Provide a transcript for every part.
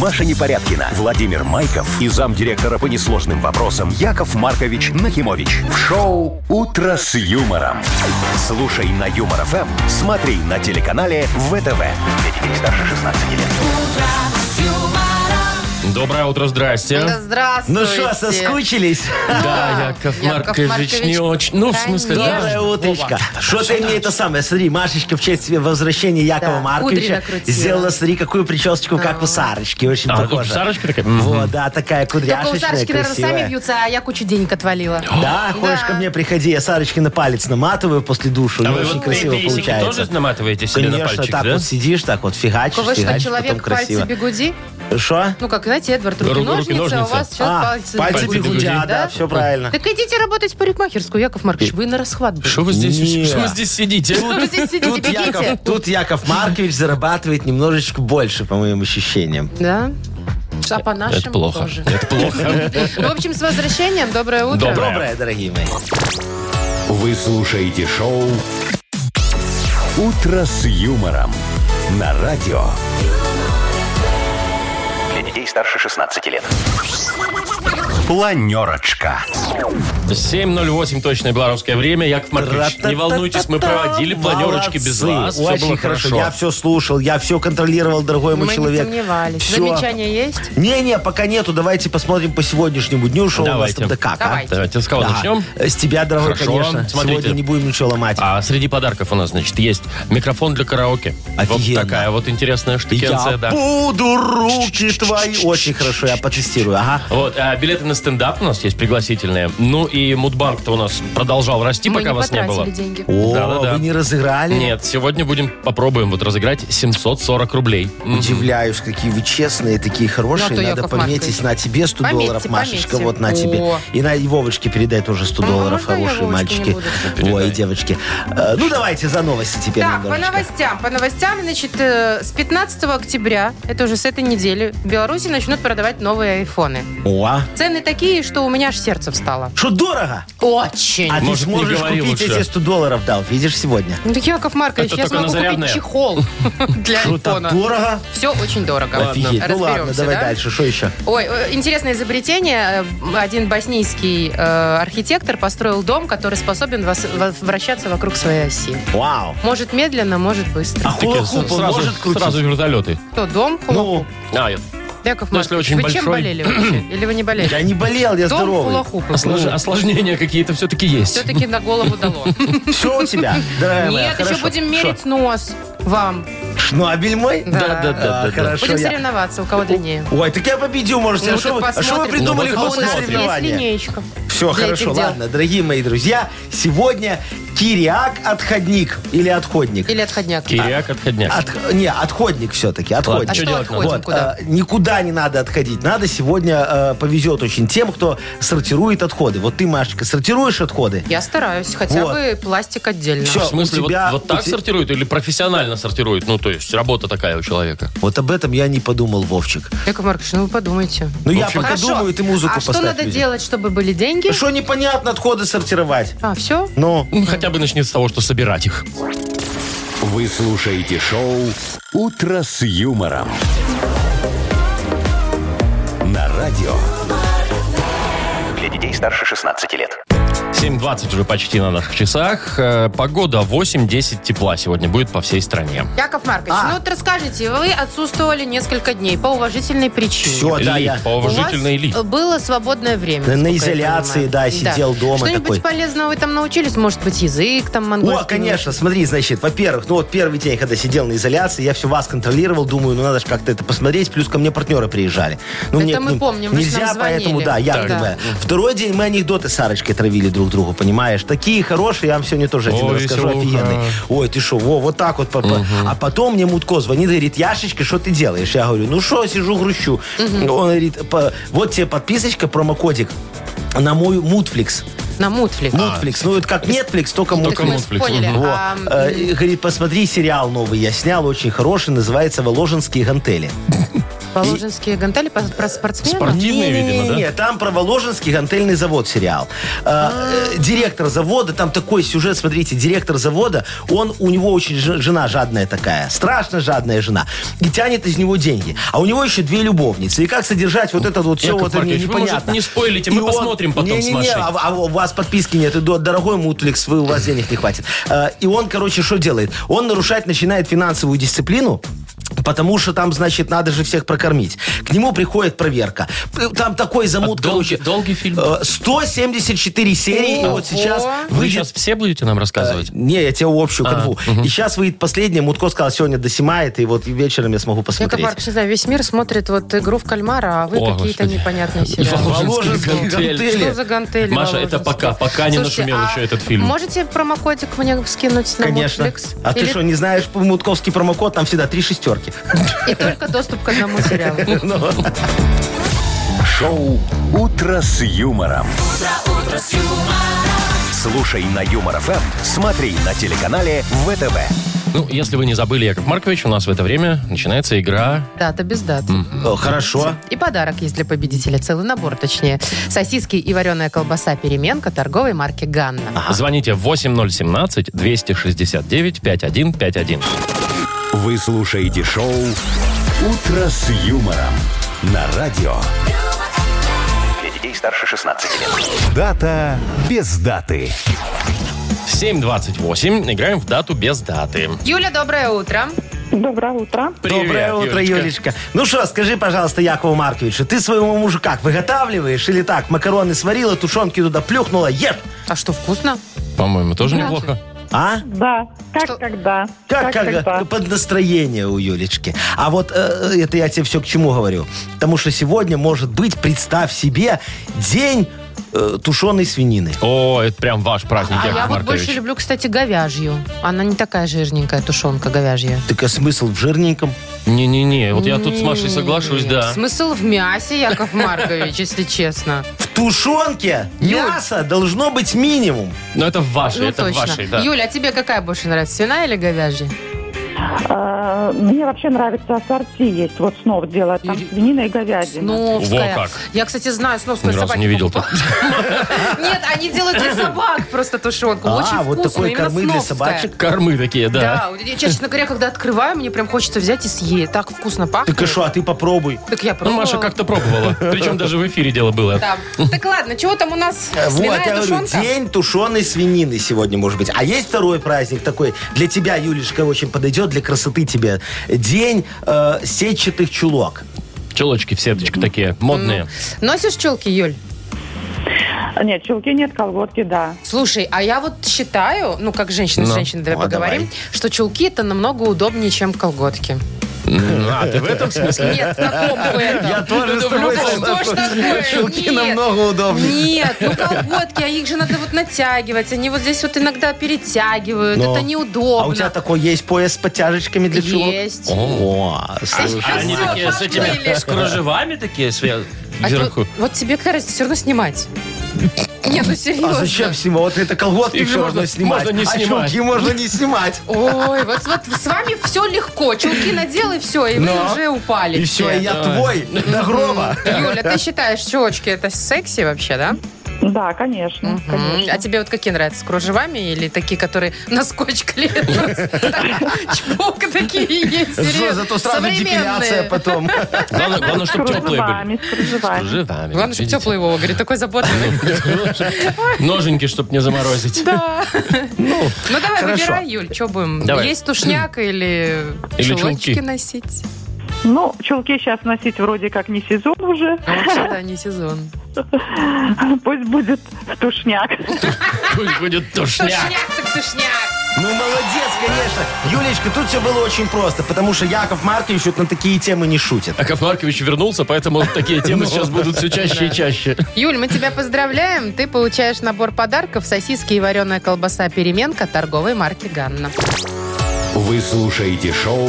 Маша Непорядкина, Владимир Майков и замдиректора по несложным вопросам Яков Маркович Нахимович. В шоу «Утро с юмором». Слушай на Юмор ФМ, смотри на телеканале ВТВ. Для детей старше 16 лет. Доброе утро, Да здрасте. здравствуйте. Ну что, соскучились? Да, Яков Яков Маркович Маркович, не очень... Ну, в смысле, Доброе да. утречко. Что ты мне это самое? Смотри, Машечка в честь возвращения Якова Да. Кудри Марковича накрутила. сделала, смотри, какую причесочку, как у Сарочки. Очень А, похоже. Сарочка такая? Мгм. Вот, да, такая Только у кудряшечная, Сарочки, наверное, сами красивая. бьются, а я кучу денег отвалила. Да, ходишь ко мне, приходи, я Сарочки на палец наматываю после душа, А и вы очень вот красиво пейсики получается. тоже наматываете себе на Конечно, пальчик, так да? вот сидишь, так вот фигачишь, Вы что, фигачишь, человек потом пальцы красиво. бегуди? Что? Ну, как, знаете, Эдвард, Ру- руки-ножницы, а у руки-ножницы. вас сейчас А, пальцы, пальцы бегуди, бегудя, да, все правильно. Так идите работать в парикмахерскую, Яков Маркович, вы на расхват были. Что вы здесь, Не. что вы здесь сидите? Вы здесь сидите, Тут бегите. Яков, тут Яков Маркович зарабатывает немножечко больше, по моим ощущениям. Да? А по-нашему Это плохо. тоже. Это плохо. В общем, с возвращением. Доброе утро. Доброе. Доброе, дорогие мои. Вы слушаете шоу «Утро с юмором» на радио. Для детей старше 16 лет. Планерочка. 7.08 точное белорусское время. Яков Маркович, не волнуйтесь, мы проводили планерочки без вас. Молодцы, Все было Очень хорошо. хорошо. Я все слушал, я все контролировал, дорогой мой Мы не человек. сомневались. Всё. Замечания есть? Не-не, пока нету. Давайте посмотрим по сегодняшнему дню, что у нас Давайте. там да как. а? Давайте. Давайте с кого Да. начнем? Э, С тебя, дорогой, Хорошо. конечно. Смотрите. Сегодня не будем ничего ломать. А среди подарков у нас, значит, есть микрофон для караоке. Офигенно. Вот такая вот интересная штукенция, я да. буду руки твои. Очень хорошо, я потестирую. Ага. Вот, а билеты на стендап у нас есть пригласительные. Ну и Мудбанк-то у нас продолжал расти, Мы пока не вас не было. потратили деньги. О, Да-да-да. вы не разыграли? Нет, сегодня будем попробуем вот разыграть 740 рублей. М. Удивляюсь, какие вы честные, такие хорошие. Ну, а то, Надо Яков Маркович. пометить на тебе 100 Пометьте, долларов, Машечка, пометьте. вот на тебе. О. И на и Вовочке передай тоже 100 А долларов, можно я хорошие Вовочке не мальчики. буду? Ой, Передай. девочки. Э, Ну, давайте за новости теперь Так, по немножечко. новостям. По новостям, значит, э, с 15 октября, это уже с этой недели, в Беларуси начнут продавать новые айфоны. О, Цены такие, что у меня аж сердце встало. что дорого? Очень. А Может, ты не сможешь говори купить лучше. эти 100 долларов, да, видишь, сегодня. Ну, так, Яков Маркович, Это я только на смогу зарядное. купить чехол для Что Ну, так айфона. дорого? Все очень дорого. Офигеть. Ну ладно, Разберемся, давай да? дальше. Что еще? Ой, э, интересное изобретение. Э, Один боснийский э, архитектор построил дом, который способен вос- во- вращаться вокруг своей оси. Вау. Может медленно, может быстро. А Такие хула-хуп он сразу, может крутить? сразу вертолеты. Что, дом? Ну, А, я- Яков Ну, если Маркович, очень вы чем большой. болели вообще? Или вы не болели? я не А болел, я Дом здоровый. хула-хупы. ослож- осложнения какие-то все-таки есть. Все-таки на голову дало. Все у тебя, дорогая моя, Нет, еще хорошо. будем Шо? мерить нос вам. Шнобель мой? Да. Да-да-да. А, Хорошо, Будем я- соревноваться, у кого длиннее. Ой, так я победил, можете. Ну, а так что вы, а посмотрим. что вы придумали Ну, вот А у голосное нас есть соревнование? линеечка. Все, для хорошо, этих дел. ладно. Дорогие мои друзья, сегодня Кириак-отходник или отходник? Или отходняк. А, А, Киряк, отходняк. От- не, отходник все-таки, отходник. А что что делать надо? отходим? Вот, Куда? э, никуда не надо отходить. Надо сегодня э, повезет очень тем, кто сортирует отходы. Вот ты, Машечка, сортируешь отходы? Я стараюсь, хотя Вот. бы пластик отдельно. Всё. В смысле, у вот- тебя- вот, у так те- сортируют или профессионально сортируют? Ну, то есть, работа такая у человека. Вот об этом я не подумал, Вовчик. Яков Маркович, ну вы подумайте. Ну я общем- пока Хорошо. думаю, ты музыку А что поставь надо людям. делать, чтобы были деньги? Что непонятно отходы сортировать? А, все? Ну, Ну, хотя бы начни с того, что собирать их. Вы слушаете шоу «Утро с юмором». На радио. Для детей старше 16 лет. 7.20 уже почти на наших часах. Э, Погода 8-10 тепла сегодня будет по всей стране. Яков Маркович, А. ну вот расскажите, вы отсутствовали несколько дей по уважительной причине. все, да, Лид, я... по уважительной лид. У вас э, было свободное время. На- на насколько я изоляции, понимаю. да, сидел дома Что-нибудь такой. полезного вы там научились? Может быть, язык там монгольский? О, Ну, а, конечно, смотри, значит, во-первых, ну вот первый день, когда сидел на изоляции, я все вас контролировал, думаю, ну надо же как-то это посмотреть, плюс ко мне партнеры приезжали. Ну, Это мне к мы ним помним, вы же нельзя, нам звонили. поэтому, да, я Так. понимаю. Второй день мы анекдоты с Сарочкой травили друг другу, понимаешь? Такие хорошие, я вам сегодня тоже один О, расскажу, веселуха. офигенный. Ой, ты что, во, вот так вот. по- по- А потом мне Мутко звонит, говорит, Яшечка, что ты делаешь? Я говорю, ну что, сижу, грущу. Он говорит, «По- вот тебе подписочка, промокодик на мой Мутфликс. На мутфлик. Мутфликс. Ну, это как Netflix, только Так мы Мутфликс. Мутфликс, поняли. мгм. А, Во. Э, и Говорит, посмотри сериал новый я снял, очень хороший, называется «Воложенские гантели». Воложенские гантели по- про спортсмена? Спорт- Активные, Ну видимо, да? Не, там про Воложенский гантельный завод сериал. Э, э, Директор завода, там такой сюжет, смотрите, директор завода, он, у него очень ж- жена жадная такая, страшно жадная жена, и тянет из него деньги. А у него еще две любовницы. И как содержать вот это вот все, Яков вот это мне Маркович, вы, может, непонятно. не спойлите, мы И он- посмотрим потом с Не-не-не, Машей. а а у вас подписки нет, и до- дорогой Мутликс, вы, у вас денег не хватит. Э, И он, короче, что делает? Он нарушать начинает финансовую дисциплину, Потому что там, значит, надо же всех прокормить. К нему приходит проверка. П- Там такой замут, А долгий- короче. долгий фильм? Э, 174 серии. И вот сейчас Вы выйдет сейчас все будете нам рассказывать? Э, не, я тебе А, общую канву. И сейчас выйдет последняя. Мутко сказал, сегодня досимает, и вот вечером я смогу Яков посмотреть. Маркович, не знаю, весь мир смотрит вот игру в кальмара, а вы О, какие-то Господи. Ну, непонятные сериалы. Воложенские Воложенские гантели. гантели. Что за гантели? Маша, это Воложенские? пока, пока не Слушайте, нашумел а еще этот фильм. Можете промокодик мне скинуть на Конечно. Netflix? А ты Или- что, не знаешь мутковский промокод? Там всегда три шестерки. Ну, И только доступ к одному сериалу. Шоу «Утро с юмором». Слушай на Юмор ФМ, смотри на телеканале ВТВ. Ну, если вы не забыли, Яков Маркович, у нас в это время начинается игра. Дата без дат. О, Хорошо. И подарок есть для победителя. Целый набор, точнее. Сосиски и вареная колбаса «Переменка» торговой марки «Ганна». Звоните 8017-269-5151. Вы слушаете шоу «Утро с юмором» на радио. Для детей старше 16 лет. Дата без даты. 7.28. Играем в дату без даты. Юля, доброе утро. Доброе утро. Доброе утро, Юлечка. Юлечка. Ну что, скажи, пожалуйста, Якову Марковичу, ты своему мужу как, выготавливаешь или так? Макароны сварила, тушенки туда плюхнула, ешь. А что, вкусно? По-моему, тоже неплохо. А? Да, как Что- когда? Как, как, под настроение у Юлечки. А вот э, это я тебе все к чему говорю. Потому что сегодня может быть, представь себе, день э, тушеной свинины. О, это прям ваш праздник, А Яков я вот Маркович. больше люблю, кстати, говяжью. Она не такая жирненькая тушенка говяжья. Так а смысл в жирненьком? Не-не-не, вот я тут с Машей Не-не-не. соглашусь, да. Смысл в мясе, Яков Маркович, если честно. В тушенке Юль. мясо должно быть минимум. Но Ну, это в вашей, это в вашей, да. Ну, Юля, а тебе какая больше нравится, свиная или говяжья? А, мне вообще нравится ассорти есть, вот снов делать. Там Ири- свинина и говядина. Сновская. Во как. Я, кстати, знаю сновскую Ни разу собаку. не видел так. Нет, они делают для собак просто тушенку. А, Очень вот вкусно, такой именно кормы для сновская. собачек. Кормы такие, да. Да, вот я, честно говоря, когда открываю, мне прям хочется взять и съесть. Так вкусно пахнет. Так Э. а что, а ты попробуй. Так я Ну, пробовала. Маша как-то пробовала. Причем даже в эфире дело было. Да. Так ладно, чего там у нас? Э, Вот, Свиная я говорю, тушенка? день тушеной свинины сегодня может быть. А есть второй праздник такой, для тебя, Юлечка, очень подойдет, для красоты тебе. День э, сетчатых чулок. Челочки в сеточку такие, модные. Носишь челки, Юль? А, Нет, чулки нет, колготки, да. Слушай, а я вот считаю, ну, как женщина Ну. с женщиной, давай Ну, а поговорим, что чулки это намного удобнее, чем колготки. М, А, ты в этом смысле? Нет, на ком вы это? Я тоже с в тобой любом согласен. случае. Да что ж такое? Чулки Нет. намного удобнее. Нет, ну колготки, а их же надо вот натягивать. Они вот здесь вот иногда перетягивают. Но. Это неудобно. А у тебя такой есть пояс с подтяжечками для чулок? Есть. О, Слушай, А Они всё, такие с этими, похмели. с кружевами такие све- А вверху. то- вот тебе, какая разница, все равно снимать. Нет, ну серьезно. А зачем снимать? Вот это колготки Их же все можно- можно снимать. можно не а снимать. чулки можно не снимать. Ой, вот, вот с вами все легко. Чулки надел, и все, и вы Но. уже упали. Ну, И все, все. я твой, до гроба. Юля, ты считаешь, чулочки это секси вообще, да? Да, конечно. Мгм. конечно. А тебе вот какие нравятся, с кружевами или такие, которые на скотч клеят? Просто? Чпок такие есть, Что, серьезно. зато сразу депиляция Современные. потом. Главное, главное, С чтобы теплые были. кружевами, с кружевами. Кружевами. Главное, чтобы видите? теплый его, говорит, такой Ну. заботливый. Ноженьки, чтобы не заморозить. Да. Ну давай, хорошо. выбирай, Юль, что будем? Давай. Есть тушняк или Или чулочки чулки. носить? Ну, чулки сейчас носить вроде как не сезон уже. А вообще, да, не сезон. Пусть будет тушняк. Пусть будет Тушняк, тушняк. так тушняк. Ну, молодец, конечно. Юлечка, тут все было очень просто, потому что Яков Маркович вот на такие темы не шутит. Яков Маркович вернулся, поэтому такие темы сейчас будут все чаще и чаще. Юль, мы тебя поздравляем. Ты получаешь набор подарков сосиски и вареная колбаса «Переменка» торговой марки «Ганна». Вы слушаете шоу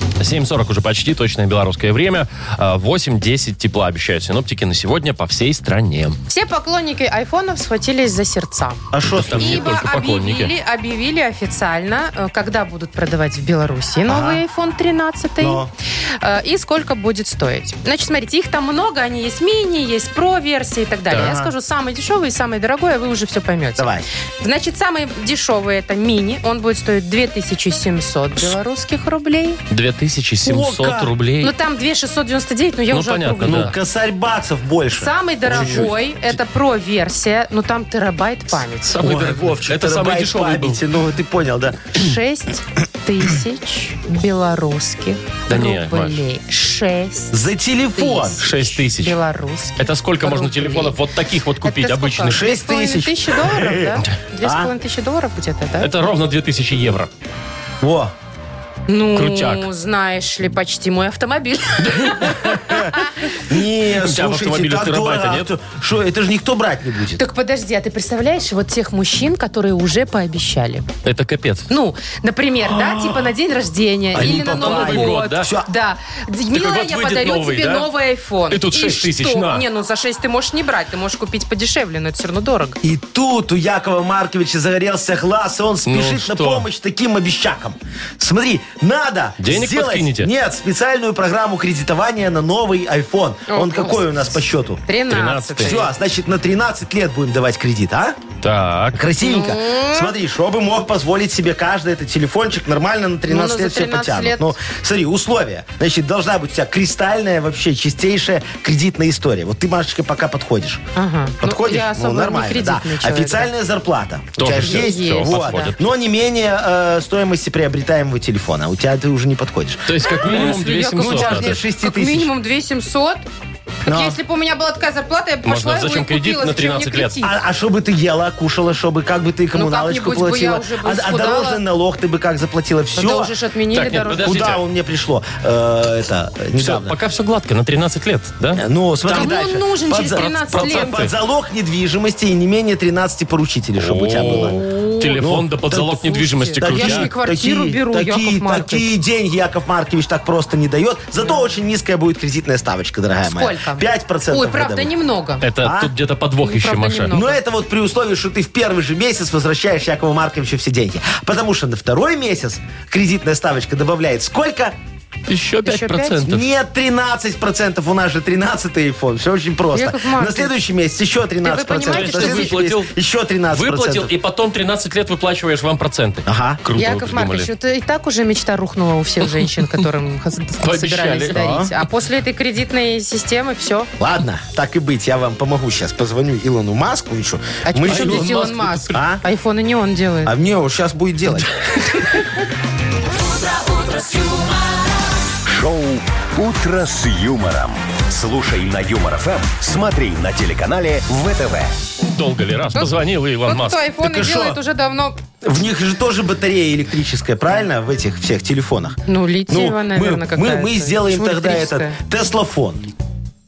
7.40 уже почти точное белорусское время. А, 8.10 тепла обещают синоптики на сегодня по всей стране. Все поклонники айфонов схватились за сердца. А что Там там? не Ибо только поклонники. объявили, объявили официально, э, когда будут продавать в Беларуси новый iPhone 13 Но. э, и сколько будет стоить. Значит, смотрите, их там много, они есть мини, есть про-версии и так далее. Я скажу самый дешевый и самый дорогой, а вы уже все поймете. Давай. Значит, самый дешевый это мини, он будет стоить 2700 белорусских рублей. 2700 О, как! рублей. Ну там 2699, но я Ну, уже понятно, округлила. Ну, да. косарь бацев больше. Самый дорогой это про-версия, но там терабайт памяти. Самый Ой, дорогой. Вовчик, Это самый терабайт дешевый был. памяти. Ну, ты понял, да. 6 тысяч белорусских Да не, рублей. 6 За телефон. тысяч. Шесть тысяч. Белорусских Это сколько можно рублей. телефонов вот таких вот купить, Это сколько? обычных? Шесть Две с половиной тысяч. тысячи долларов, да? Две с А? половиной тысячи долларов где-то, да? Это ровно 2000 евро. Во. Ну, крутяк. знаешь ли, почти мой автомобиль. Не, У тебя в слушайте, автомобиле так терабайта дорого. нет? Что, это же никто брать не будет. Так подожди, а ты представляешь вот тех мужчин, которые уже пообещали? Это капец. Ну, например, да, типа на день рождения Они или на Новый А. попали. год. Новый год, да? Всё. Да. Милая, вот я выйдет подарю новый, тебе да? новый iPhone. И тут 6 тысяч, что? на. Не, ну за 6 ты можешь не брать, ты можешь купить подешевле, но это все равно дорого. И тут у Якова Марковича загорелся глаз, и он спешит Ну что? на помощь таким обещакам. Смотри, надо Денег сделать... подкинете? Нет, специальную программу кредитования на новый iPhone. О, он какой господи. у нас по счету? 13. Все, а значит, на 13 лет будем давать кредит, а? Так. Красивенько. Ну. Смотри, чтобы мог позволить себе каждый этот телефончик нормально на 13 Ну, ну, лет за все 13 потянут. лет. Ну, смотри, условия. Значит, должна быть у тебя кристальная, вообще чистейшая кредитная история. Вот ты, Машечка, пока подходишь. Ага. Ну, Подходишь? я особо не нормально, да. кредитный человек, Официальная зарплата. У Тоже тебя всё, же есть, всё, вот. подходит. но не менее э, стоимости приобретаемого телефона. А У тебя ты уже не подходишь. То есть как минимум если я Ну, у 2700 тебя же надо. нет 6 Как тысяч. минимум 2700. Так Да. если бы у меня была такая зарплата, я бы Можно, пошла его зачем и кредит купила, на зачем 13 мне лет? кредит? А, а что бы ты ела, кушала, чтобы как бы ты Ну, коммуналочку как-нибудь бы платила? я уже бы а, а схудала. дорожный налог ты бы как заплатила? Все. Да уже ж отменили Так, нет, дорожку. подожди. Куда Подождите. он мне пришло? Э, это, Все, недавно. пока все гладко, на 13 лет, да? Ну, смотри Кому дальше. он нужен Под через за- 13 процент- лет? процент. Под залог недвижимости и не менее 13 поручителей, Э, чтобы у тебя было. О, Телефон Ну, да под залог слушайте, недвижимости да я ж не крутяк. квартиру беру, Яков такие, Маркович. такие деньги Яков Маркович так просто не дает. Зато очень низкая будет кредитная ставочка, дорогая Сколько? моя. 5% Ой, правда, годовых. немного. Это А? тут где-то подвох Ну, еще, правда, Маша. немного. Но это вот при условии, что ты в первый же месяц возвращаешь Якову Марковичу все деньги. Потому что на второй месяц кредитная ставочка добавляет сколько? Еще 5%. пять? Нет, 13%. У нас же 13 iPhone. Все очень просто. Яков Маркович. На следующий месяц еще 13%. понимаете, на что следующий выплатил? месяц еще 13%. Выплатил, и потом 13 лет выплачиваешь вам проценты. Ага. Круто вы Яков придумали. Маркович, это и так уже мечта рухнула у всех женщин, которым хос- собирались Пообещали. дарить. А после этой кредитной системы все. Ладно, так и быть, я вам помогу сейчас. Позвоню Илону Маску еще. А Мы что еще- здесь Илон Маск? А? Айфоны не он делает. А мне вот сейчас будет делать. Шоу «Утро с юмором». Слушай на Юмор ФМ, смотри на телеканале ВТВ. Долго ли раз? Позвонил Илон Вот Маск. кто айфоны Так и шо? делает уже давно. В них же тоже батарея электрическая, правильно? В этих всех телефонах. Ну, литиево, мы, наверное, мы, какая-то. мы сделаем Почему тогда этот электрическая? Теслафон.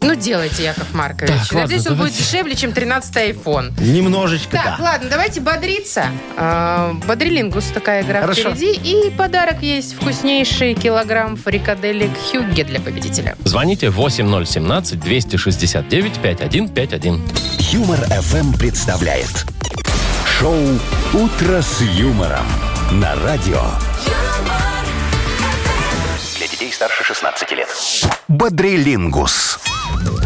Ну, делайте, Яков Маркович. Так, ладно, Надеюсь, он давайте. будет дешевле, чем 13-й айфон. Немножечко, Так, да. ладно, давайте бодриться. А, Бодрилингус такая игра Хорошо. впереди. И подарок есть. Вкуснейший килограмм фрикаделек Хюгге для победителя. Звоните 8017-269-5151. Юмор ФМ представляет. Шоу «Утро с юмором» на радио. юмор, Для детей старше 16 лет. Бодрилингус.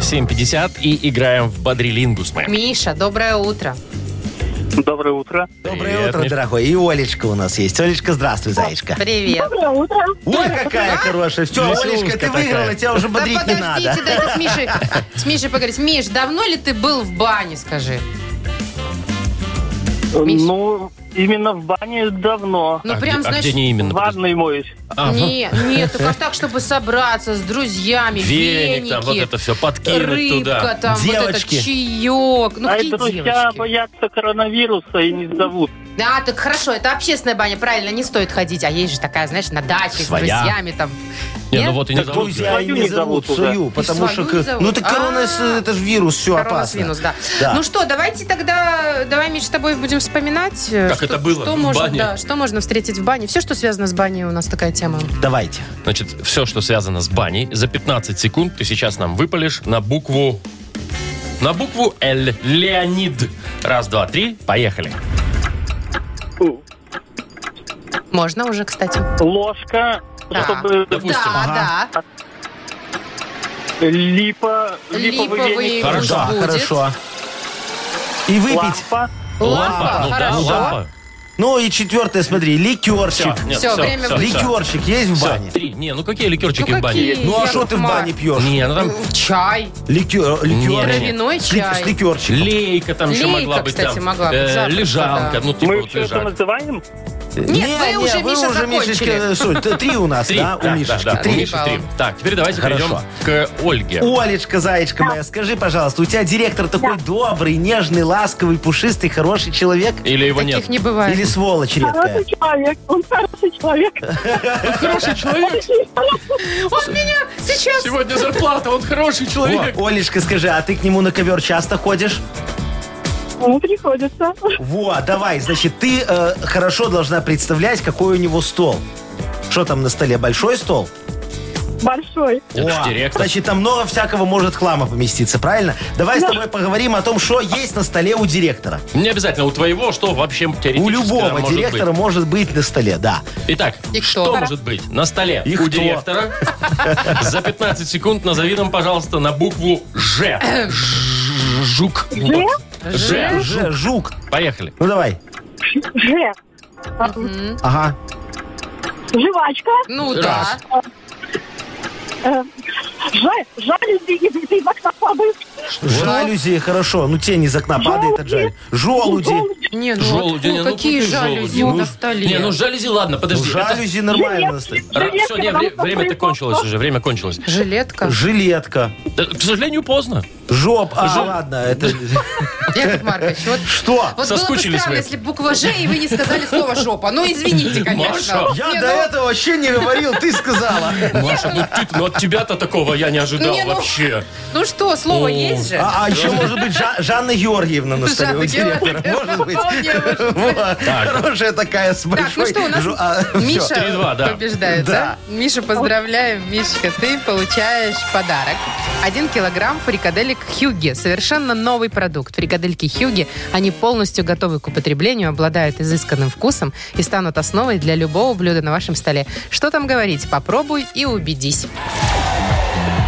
7.50 и играем в Бодрилингус. мы. Миша, доброе утро. Доброе утро. Доброе Привет, утро, Миш. дорогой. И Олечка у нас есть. Олечка, здравствуй, зайчка. Привет. Доброе утро. Ой, какая хорошая. Все, Веселушка Олечка, ты такая. выиграла, тебя уже Да бодрить не подождите, надо. дайте с Мишей, с Мишей поговорить. Миш, давно ли ты был в бане, скажи? Миш. Ну, именно в бане давно. Ну, а прям, где, а знаешь... где не именно? В ванной моюсь. А, в- Нет, нет, так а так, чтобы собраться с друзьями, Веник там, вот веники, это все, подкинуть рыбка туда. там, вот этот Девочки. чаек. Ну, а какие друзья девочки? боятся коронавируса и не зовут. Да, так хорошо, это общественная баня, правильно, не стоит ходить. А есть же такая, знаешь, на даче с Своя. друзьями там. Не, Нет? ну вот и не Так зовут. друзья и Свою не не зовут, зовут свою, потому свою что... не к- зовут. Ну, так корона, А, с- это же вирус, все Коронавирус, опасно. да. Да. Ну что, давайте тогда, давай, Миш, с тобой будем вспоминать, э, Как что, это было что в можно, бане? да, что можно встретить в бане. Все, что связано с баней, у нас такая тема. Давайте. Значит, все, что связано с баней, за 15 секунд ты сейчас нам выпалишь на букву... На букву Л. Леонид. Раз, два, три. Поехали. Можно уже, кстати. Да. Ложка, Ну, чтобы Допустим. Да, Ага. да. липа, липовый Липовый веник, веник Хорошо. да, будет. хорошо. И выпить. лампа, Лампа, Ну да, хорошо. ну лампа. Ну и четвертое, смотри, ликерчик. Всё, нет, Всё, время всё, всё. вышло. Ликерчик есть в Всё, бане? Три. Не, ну какие ликерчики Ну в бане? какие? Ну а Яков что ты в бане Маркович. пьешь? Не, ну там В чай. Ликер, ликер. Травяной С, ли- с чай. ликерчиком. лейка там еще Лейка, могла быть. кстати, там, могла быть, э, запросто, лежанка, да. ну типа мы вот все это лежанка. называем? Нет, вы уже, вы Миша, уже, закончили. Мишечка, суть. Т- Три у нас, Три, да, у да, Мишечки. да, да, три. у Миши три. Так, теперь давайте Хорошо. перейдем к Ольге. Олечка, заечка моя, скажи, пожалуйста, у тебя директор такой добрый, нежный, ласковый, пушистый, хороший человек? Или его Таких нет? не бывает. Или сволочь редкая? Хороший человек, он хороший человек. Хороший человек. Он меня сейчас... Сегодня зарплата, он хороший человек. Во, Олечка, скажи, а ты к нему на ковер часто ходишь? Ну, приходится. Во, давай, значит, ты э, хорошо должна представлять, какой у него стол. Что там на столе? Большой стол? Большой. Это ж директор. Значит, там много всякого может хлама поместиться, правильно? Давай с Ну. тобой поговорим о том, что есть на столе у директора. Не обязательно у твоего, что вообще теоретически У любого может директора быть. может быть на столе, да. Итак, И что кто? может быть на столе И у кто? директора? За 15 секунд назови нам, пожалуйста, на букву Ж. Ж- Жук. Вот. Ж. Ж- жук. Поехали. Ну давай. Ж. Ага. Жвачка. Ну Раз. да. Э, Жаль, жалюзи из из окна падают. Жалюзи, хорошо. Ну тень из окна падает от жалюзи. Желуди. Не, ну, вот, Желуди. ну, не, ну какие какие жалюзи желуди? на Ну, столе. Не, ну жалюзи, ладно, Ну, подожди. Жалюзи ну, нормально на столе. Все, не, вре- время-то кончилось уже, время кончилось. Жилетка. Жилетка. Да, К сожалению, поздно. Жоп. А, ладно, это... Яков Маркович, вот... Что? Вот было бы Соскучились странно, вы. если бы буква «Ж», и вы не сказали слово «жопа». Ну, извините, конечно. Маша, Я Не, до ну, этого вообще не говорил, ты сказала. Маша, ну ты, ну от тебя-то такого я не ожидал Не, ну, вообще. Ну что, слово есть же? А, а еще может быть Жа- Жанна Георгиевна на столе Жанна у директора. Георгиевна, Может быть. вполне может Вот. Хорошая такая с Так, ну большой. что, у нас жу- а, всё. Миша 3-2, да. побеждает, да. Миша, поздравляем. Мишка, ты получаешь подарок. Один килограмм фрикаделек Хьюги. Совершенно новый продукт. Фрикадельки Хьюги, они полностью готовы к употреблению, обладают изысканным вкусом и станут основой для любого блюда на вашем столе. Что там говорить? Попробуй и убедись.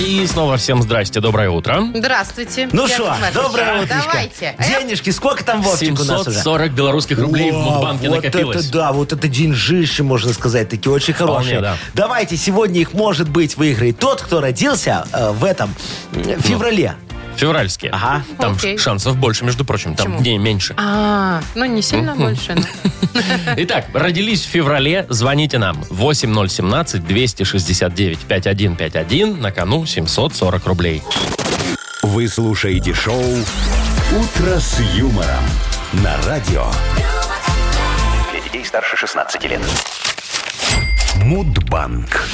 И снова всем здрасте, доброе утро. Здравствуйте. Ну Яков что, Маркович. доброе утречко. Давайте. А я Денежки, сколько там Вовчик типа у нас уже? 740 белорусских рублей в О, Мудбанке вот накопилось. это да, вот это деньжище, можно сказать, такие очень хорошие. да. Давайте, сегодня их, может быть, выиграет тот, кто родился э, в этом э, Ну, феврале. Февральские. Ага. Там Окей. ш- шансов больше, между прочим, там дней меньше. А, ну не сильно больше. ну. Итак, родились в феврале, звоните нам. 8017-269-5151, на кону 740 рублей. Вы слушаете шоу Утро с юмором на радио Для детей старше 16 лет. Мудбанк.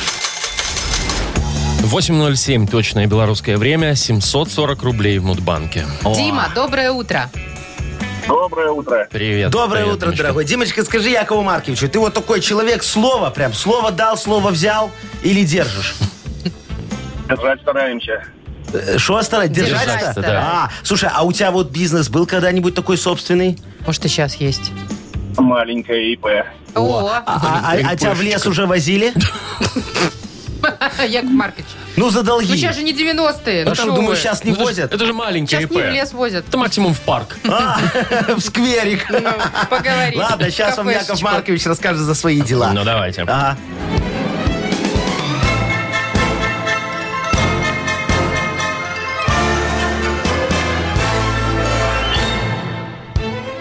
8.07, точное белорусское время, 740 рублей в Мудбанке. Дима, доброе утро. Доброе утро. Привет. Доброе привет, утро, Мишка. дорогой. Димочка, скажи Якову Марковичу, ты вот такой человек, слово прям, слово дал, слово взял или держишь? Держать стараемся. Э, Что старать? Держать? Держать, что? да. А, слушай, а у тебя вот бизнес был когда-нибудь такой собственный? Может, и сейчас есть. Маленькое ИП. О, А, а- а- а тебя в лес уже возили? Яков Маркович. Ну, за Ну, долги. сейчас же не 90-е. Ну, Ну, там, что думаю, вы. сейчас не Ну, это ж- возят. Это же маленький Сейчас не в ИП. лес возят. Это максимум в парк. А, в скверик. Поговорить. Ладно, сейчас вам Яков Маркович расскажет за свои дела. А? Ну, давайте. Ага.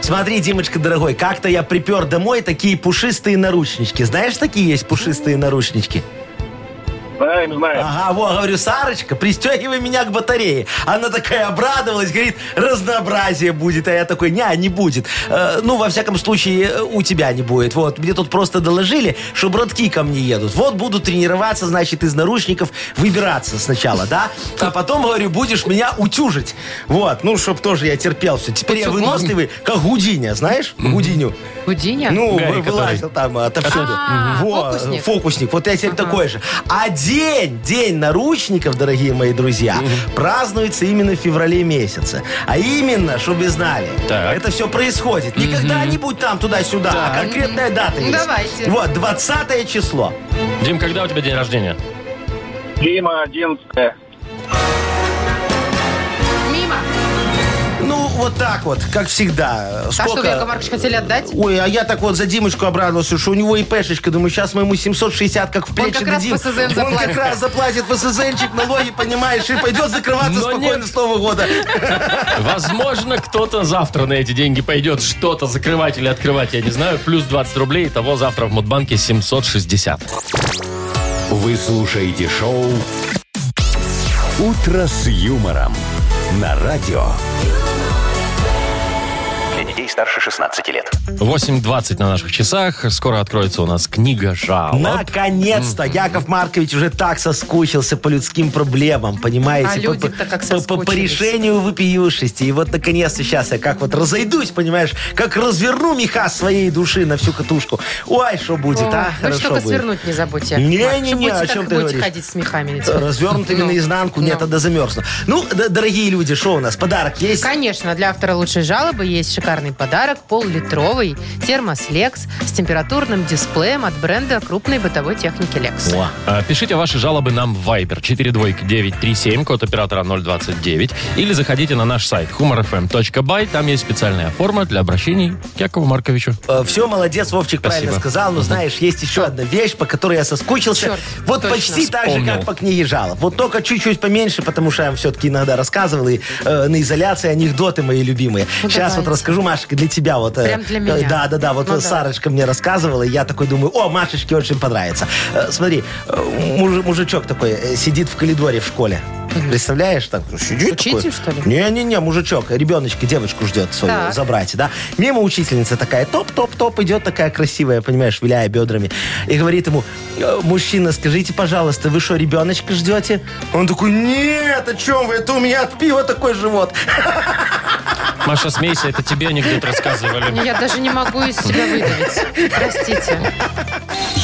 Смотри, Димочка, дорогой, как-то я припер домой такие пушистые наручнички. Знаешь, такие есть пушистые наручнички? Знаем, А. знаем. Ага, во, говорю, Сарочка, пристегивай меня к батарее. Она такая обрадовалась, говорит, разнообразие будет. А я такой, не, не будет. Э, ну, во всяком случае, э, у тебя не будет. Вот, мне тут просто доложили, что братки ко мне едут. Вот, буду тренироваться, значит, из наручников выбираться сначала, да? А потом, говорю, будешь меня утюжить. Вот, ну, чтоб тоже я терпел все. Теперь я выносливый, как Гудиня, знаешь? Гудиню. Гудиня? Ну, Гарри, вы- вылазил там отовсюду. А, Во, фокусник. фокусник. Вот я теперь такой же. А день, день наручников, дорогие мои друзья, празднуется именно в феврале месяце. А именно, чтобы вы знали, Так. это все происходит. Не когда-нибудь там туда-сюда, а конкретная дата есть. Давайте. Вот, 20 число. Дим, когда у тебя день рождения? Дима 11 Мимо. Ну, вот так вот, как всегда. А что, вы, Яков Сколько... Маркович, хотели отдать? Ой, а я так вот за Димочку обрадовался, что у него ИПшечка. Думаю, сейчас мы ему 760 как в плечи как раз дадим. ПСЗН Он заплатит. как раз заплатит ПСЗНчик, налоги, понимаешь, и пойдет закрываться Но спокойно нет. с Нового года. Возможно, кто-то завтра на эти деньги пойдет что-то закрывать или открывать, я не знаю. Плюс 20 рублей, того завтра в Мудбанке 760. Вы слушаете шоу «Утро с юмором» на радио. Для детей старше 16 лет. 8.20 на наших часах. Скоро откроется у нас книга жалоб. Наконец-то! Яков Маркович уже так соскучился по людским проблемам, понимаете? А По- люди-то как по- по- По соскучились. решению вопиюшести. И вот наконец-то сейчас я как вот разойдусь, понимаешь, как разверну меха своей души на всю катушку. Ой, что будет, а? Вы же Хорошо только будет. ну свернуть не забудьте. Не-не-не, Яков Маркович, будете о чем так- ты будете говоришь? ходить с мехами этими. Развернутыми Ну, наизнанку, нет, ну. тогда замерзну. Ну, д- дорогие люди, что у нас? Подарок есть? Конечно, для автора лучшей жалобы есть шикарный подарок пол-литровый термос Lex с температурным дисплеем от бренда крупной бытовой техники Lex. О, А, Пишите ваши жалобы нам в Viber 42937, код оператора 029, или заходите на наш сайт humorfm.by, там есть специальная форма для обращений к Якову Марковичу. Все, Э, молодец, Вовчик правильно Спасибо. сказал. Но знаешь, есть еще одна вещь, по которой я соскучился. Черт, вот точно, почти так же, вспомнил. как по книге жалоб. Вот только чуть-чуть поменьше, потому что я вам все-таки иногда рассказывал. И э, на изоляции анекдоты мои любимые. Ну, Сейчас давайте. вот расскажу, Машечка, для тебя. вот. э, Прям для меня. э, Да, да, да. Вот Ну, да. э, Сарочка мне рассказывала, и я такой думаю, о, Машечке очень понравится. Э, смотри, э, мужи- мужичок такой э, сидит в коридоре в школе. Представляешь, так сидит Учитель, такой. что ли? Не-не-не, мужичок, ребеночка, девочку ждет свою Так. забрать, да? Мимо учительница такая, топ-топ-топ, идет такая красивая, понимаешь, виляя бедрами. И говорит ему, «Э, мужчина, скажите, пожалуйста, вы что, ребеночка ждете? Он такой, нет, о чем вы, это у меня от пива такой живот. Маша, смейся, это тебе анекдот рассказывали. Ну, Я даже не могу из себя выдавить. Простите.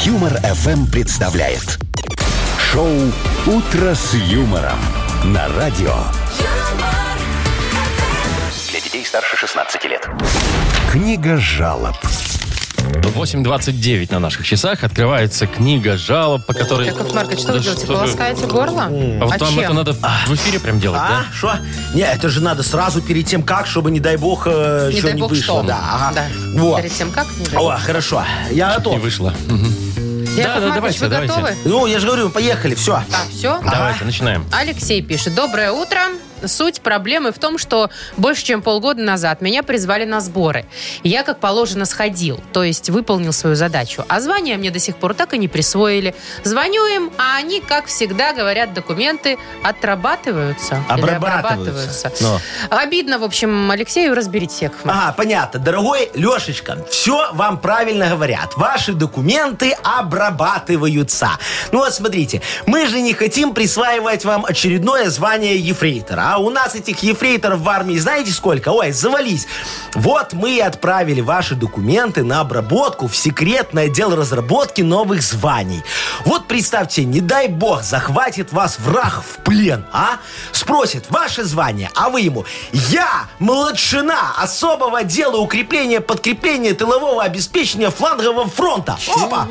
Юмор FM представляет шоу Утро с юмором на радио. Для детей старше 16 лет. Книга жалоб. 8.29 на наших часах открывается книга жалоб, по которой... Яков Маркович, что вы Да делаете? что вы- Полоскаете горло? А вот А вам это чем? надо в эфире прям делать, А, да? что? Не, это же надо сразу перед тем, как, чтобы, не дай бог, э, Не что дай не бог вышло. что. Да, ага. Да. Вот. Перед тем как? не дай бог. О, хорошо, я А. И готов. вышло. Мгм. Яков Да, да, Маркович, давайте, вы давайте. готовы? Ну, я же говорю, поехали, все. А, все? Давайте, начинаем. Алексей пишет. Доброе утро. Суть проблемы в том, что больше чем полгода назад меня призвали на сборы. И Я, как положено, сходил, то есть выполнил свою задачу. А звание мне до сих пор так и не присвоили. Звоню им, а они, как всегда, говорят, документы отрабатываются. или Обрабатываются. Ну. Обидно, в общем, Алексею разберите, Яков Маркович. Ага, понятно. Дорогой Лешечка, все вам правильно говорят. Ваши документы обрабатываются. Ну вот смотрите, мы же не хотим присваивать вам очередное звание ефрейтора. А у нас этих ефрейторов в армии знаете сколько? Ой, завались. Вот мы и отправили ваши документы на обработку в секретный отдел разработки новых званий. Вот представьте, не дай бог, захватит вас враг в плен, а? Спросит, ваше звание, а вы ему, я младшина особого отдела укрепления, подкрепления тылового обеспечения флангового фронта. Опа!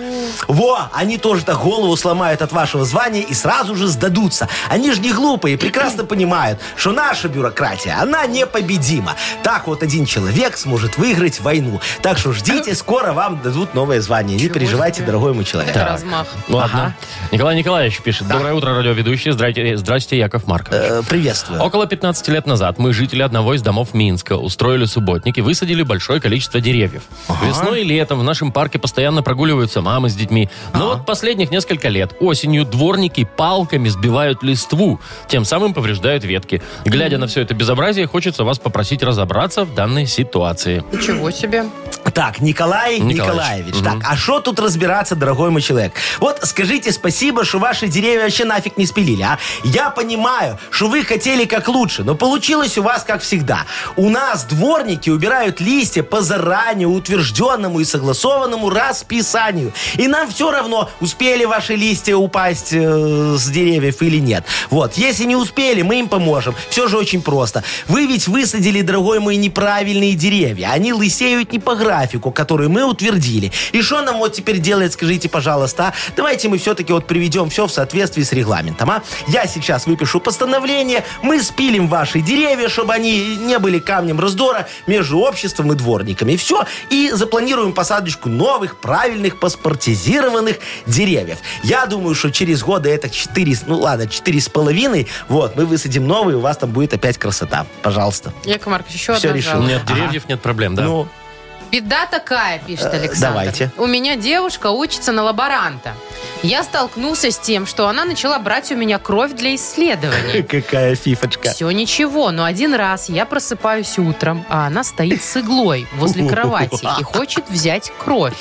Во, они тоже так голову сломают от вашего звания и сразу же сдадутся. Они же не глупые, прекрасно понимают, что наша бюрократия, она непобедима. Так вот один человек сможет выиграть войну. Так что ждите, скоро вам дадут новое звание. Не переживайте, дорогой мой человек. Это размах. Ну, Ладно. Николай Николаевич пишет. Доброе утро, радиоведущие. Здрасте, здрасте, Яков Маркович. Э, Приветствую. Около 15 лет назад мы, жители одного из домов Минска, устроили субботник и высадили большое количество деревьев. Весной и летом в нашем парке постоянно прогуливаются мамы с детьми. Но вот последних несколько лет осенью дворники палками сбивают листву, тем самым повреждают ветки. Глядя на все это безобразие, хочется вас попросить разобраться в данной ситуации. Ничего себе. Так, Николай Николаевич. Николаевич. Так, а что тут разбираться, дорогой мой человек? Вот скажите спасибо, что ваши деревья вообще нафиг не спилили, а? Я понимаю, что вы хотели как лучше, но получилось у вас как всегда. У нас дворники убирают листья по заранее утвержденному и согласованному расписанию. И нам все равно, успели ваши листья упасть э, с деревьев или нет. Вот, если не успели, мы им поможем. Все же очень просто. Вы ведь высадили, дорогой мой, неправильные деревья. Они лысеют не по графику, который мы утвердили. И что нам вот теперь делать, скажите, пожалуйста, а? Давайте мы все-таки вот приведем все в соответствии с регламентом, а? Я сейчас выпишу постановление, мы спилим ваши деревья, чтобы они не были камнем раздора между обществом и дворниками. Все. И запланируем посадочку новых, правильных, паспортизированных деревьев. Я думаю, что через годы это 4, ну ладно, четыре с половиной, вот, мы высадим новые, у вас там будет опять красота. Пожалуйста. Яков Маркович, еще Всё одна решил. жалоба. Нет деревьев, нет проблем, да? Ну, Беда такая, пишет Александр. Э, давайте. У меня девушка учится на лаборанта. Я столкнулся с тем, что она начала брать у меня кровь для исследований. какая фифочка. Все ничего, но один раз я просыпаюсь утром, а она стоит с иглой возле кровати и хочет взять кровь.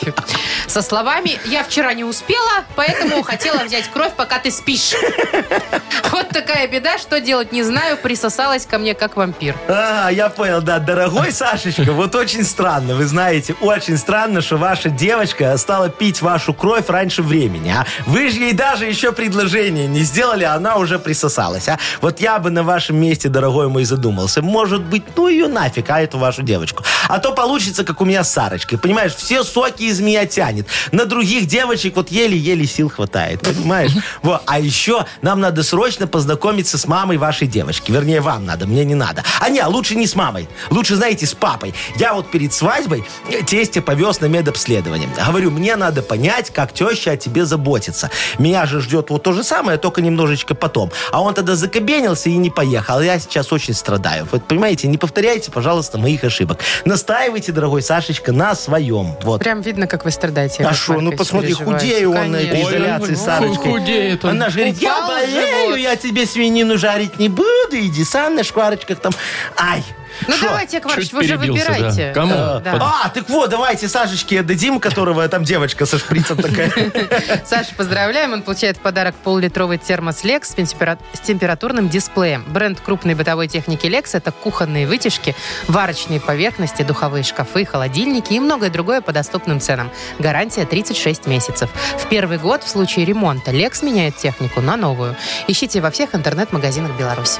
Со словами «Я вчера не успела, поэтому хотела взять кровь, пока ты спишь». Вот такая беда, что делать не знаю, присосалась ко мне как вампир. А, я понял, да. Дорогой Сашечка, вот очень странно, вы знаете, очень странно, что ваша девочка стала пить вашу кровь раньше времени, а? Вы же ей даже еще предложение не сделали, а она уже присосалась, а? Вот я бы на вашем месте, дорогой мой, задумался. Может быть, ну ее нафиг, а эту вашу девочку. А то получится, как у меня с Сарочкой, понимаешь, все соки из меня тянет. На других девочек вот еле-еле сил хватает, понимаешь? Во, а еще нам надо срочно познакомиться с мамой вашей девочки. Вернее, вам надо, мне не надо. А не, лучше не с мамой. Лучше, знаете, с папой. Я вот перед свадьбой э, тестя повез на медобследование. Говорю, мне надо понять, как теща о тебе заботится. Меня же ждет вот то же самое, только немножечко потом. А он тогда закобенился и не поехал. Я сейчас очень страдаю. Вот понимаете, не повторяйте, пожалуйста, моих ошибок. Настаивайте, дорогой Сашечка, на своем. Вот. Прям видно, как вы страдаете. А Яков шо, ну Маркович, посмотри, переживаете. худею он на этой Конечно. изоляции, Сарочка. ну, Худеет он. Она же говорит, я Упал болею, живот. я тебе свинину жарить не буду, иди сам на шкварочках там. Ай! Ну Шо? давайте, Яков Маркович, Чуть вы же перебился, да. выбирайте. Кому? Да. А, так вот, давайте Сашечке отдадим, которого там девочка со шприцем такая. Саша, поздравляем. Он получает в подарок пол-литровый термос Lex с, темпера- с температурным дисплеем. Бренд крупной бытовой техники Lex – это кухонные вытяжки, варочные поверхности, духовые шкафы, холодильники и многое другое по доступным ценам. Гарантия 36 месяцев. В первый год в случае ремонта Lex меняет технику на новую. Ищите во всех интернет-магазинах Беларуси.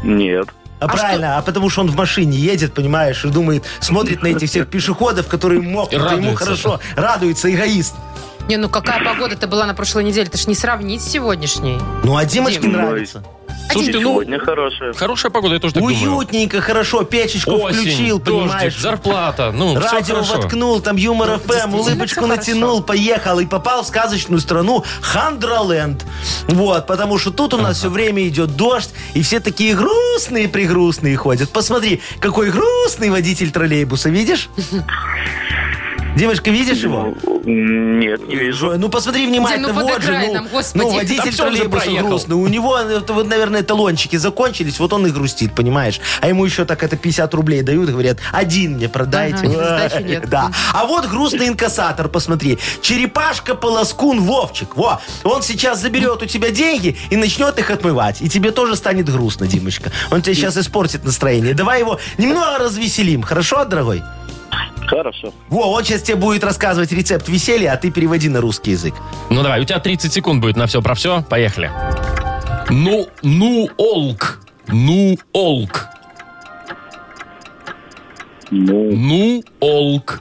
Нет. А правильно, а потому что он в машине едет, понимаешь, и думает, смотрит на этих всех пешеходов, которые мокнут, и ему радуется. хорошо, радуется, эгоист. Не, ну какая погода-то была на прошлой неделе? Это ж не сравнить с сегодняшней. А Ну, а Димочке Дим, нравится. Слушай, ты, ну, Сегодня хорошая. хорошая погода, я тоже так думаю. Уютненько, хорошо, печечку Осень, включил, дождик, понимаешь. зарплата, ну, все Радио хорошо. воткнул, там юмор ФМ, Ну, действительно улыбочку всё натянул, поехал и попал в сказочную страну Хандраленд. Вот, потому что тут у нас все время идет дождь, и все такие грустные-пригрустные ходят. Посмотри, какой грустный водитель троллейбуса, видишь? Димочка, видишь его? Нет, не вижу. Ой, Ну, посмотри внимательно, Дим, ну, вот же, подыграй ну, нам, господи. ну, Да водитель всё уже троллейбуса проехал. грустный. У него, э, вот, наверное, талончики закончились, вот он и грустит, понимаешь? А ему еще так это 50 рублей дают, говорят, один мне продайте. Ага, сдачи нет. Да. А вот грустный инкассатор, посмотри. Черепашка-полоскун Вовчик. Во, он сейчас заберет у тебя деньги и начнет их отмывать. И тебе тоже станет грустно, Димочка. Он тебе сейчас испортит настроение. Давай его немного развеселим, хорошо, дорогой? Хорошо. Во, он сейчас тебе будет рассказывать рецепт веселья, а ты переводи на русский язык. Ну давай, у тебя 30 секунд будет на все про все. Поехали. Ну, ну, олк. Ну-олк. Ну, Ну-олк.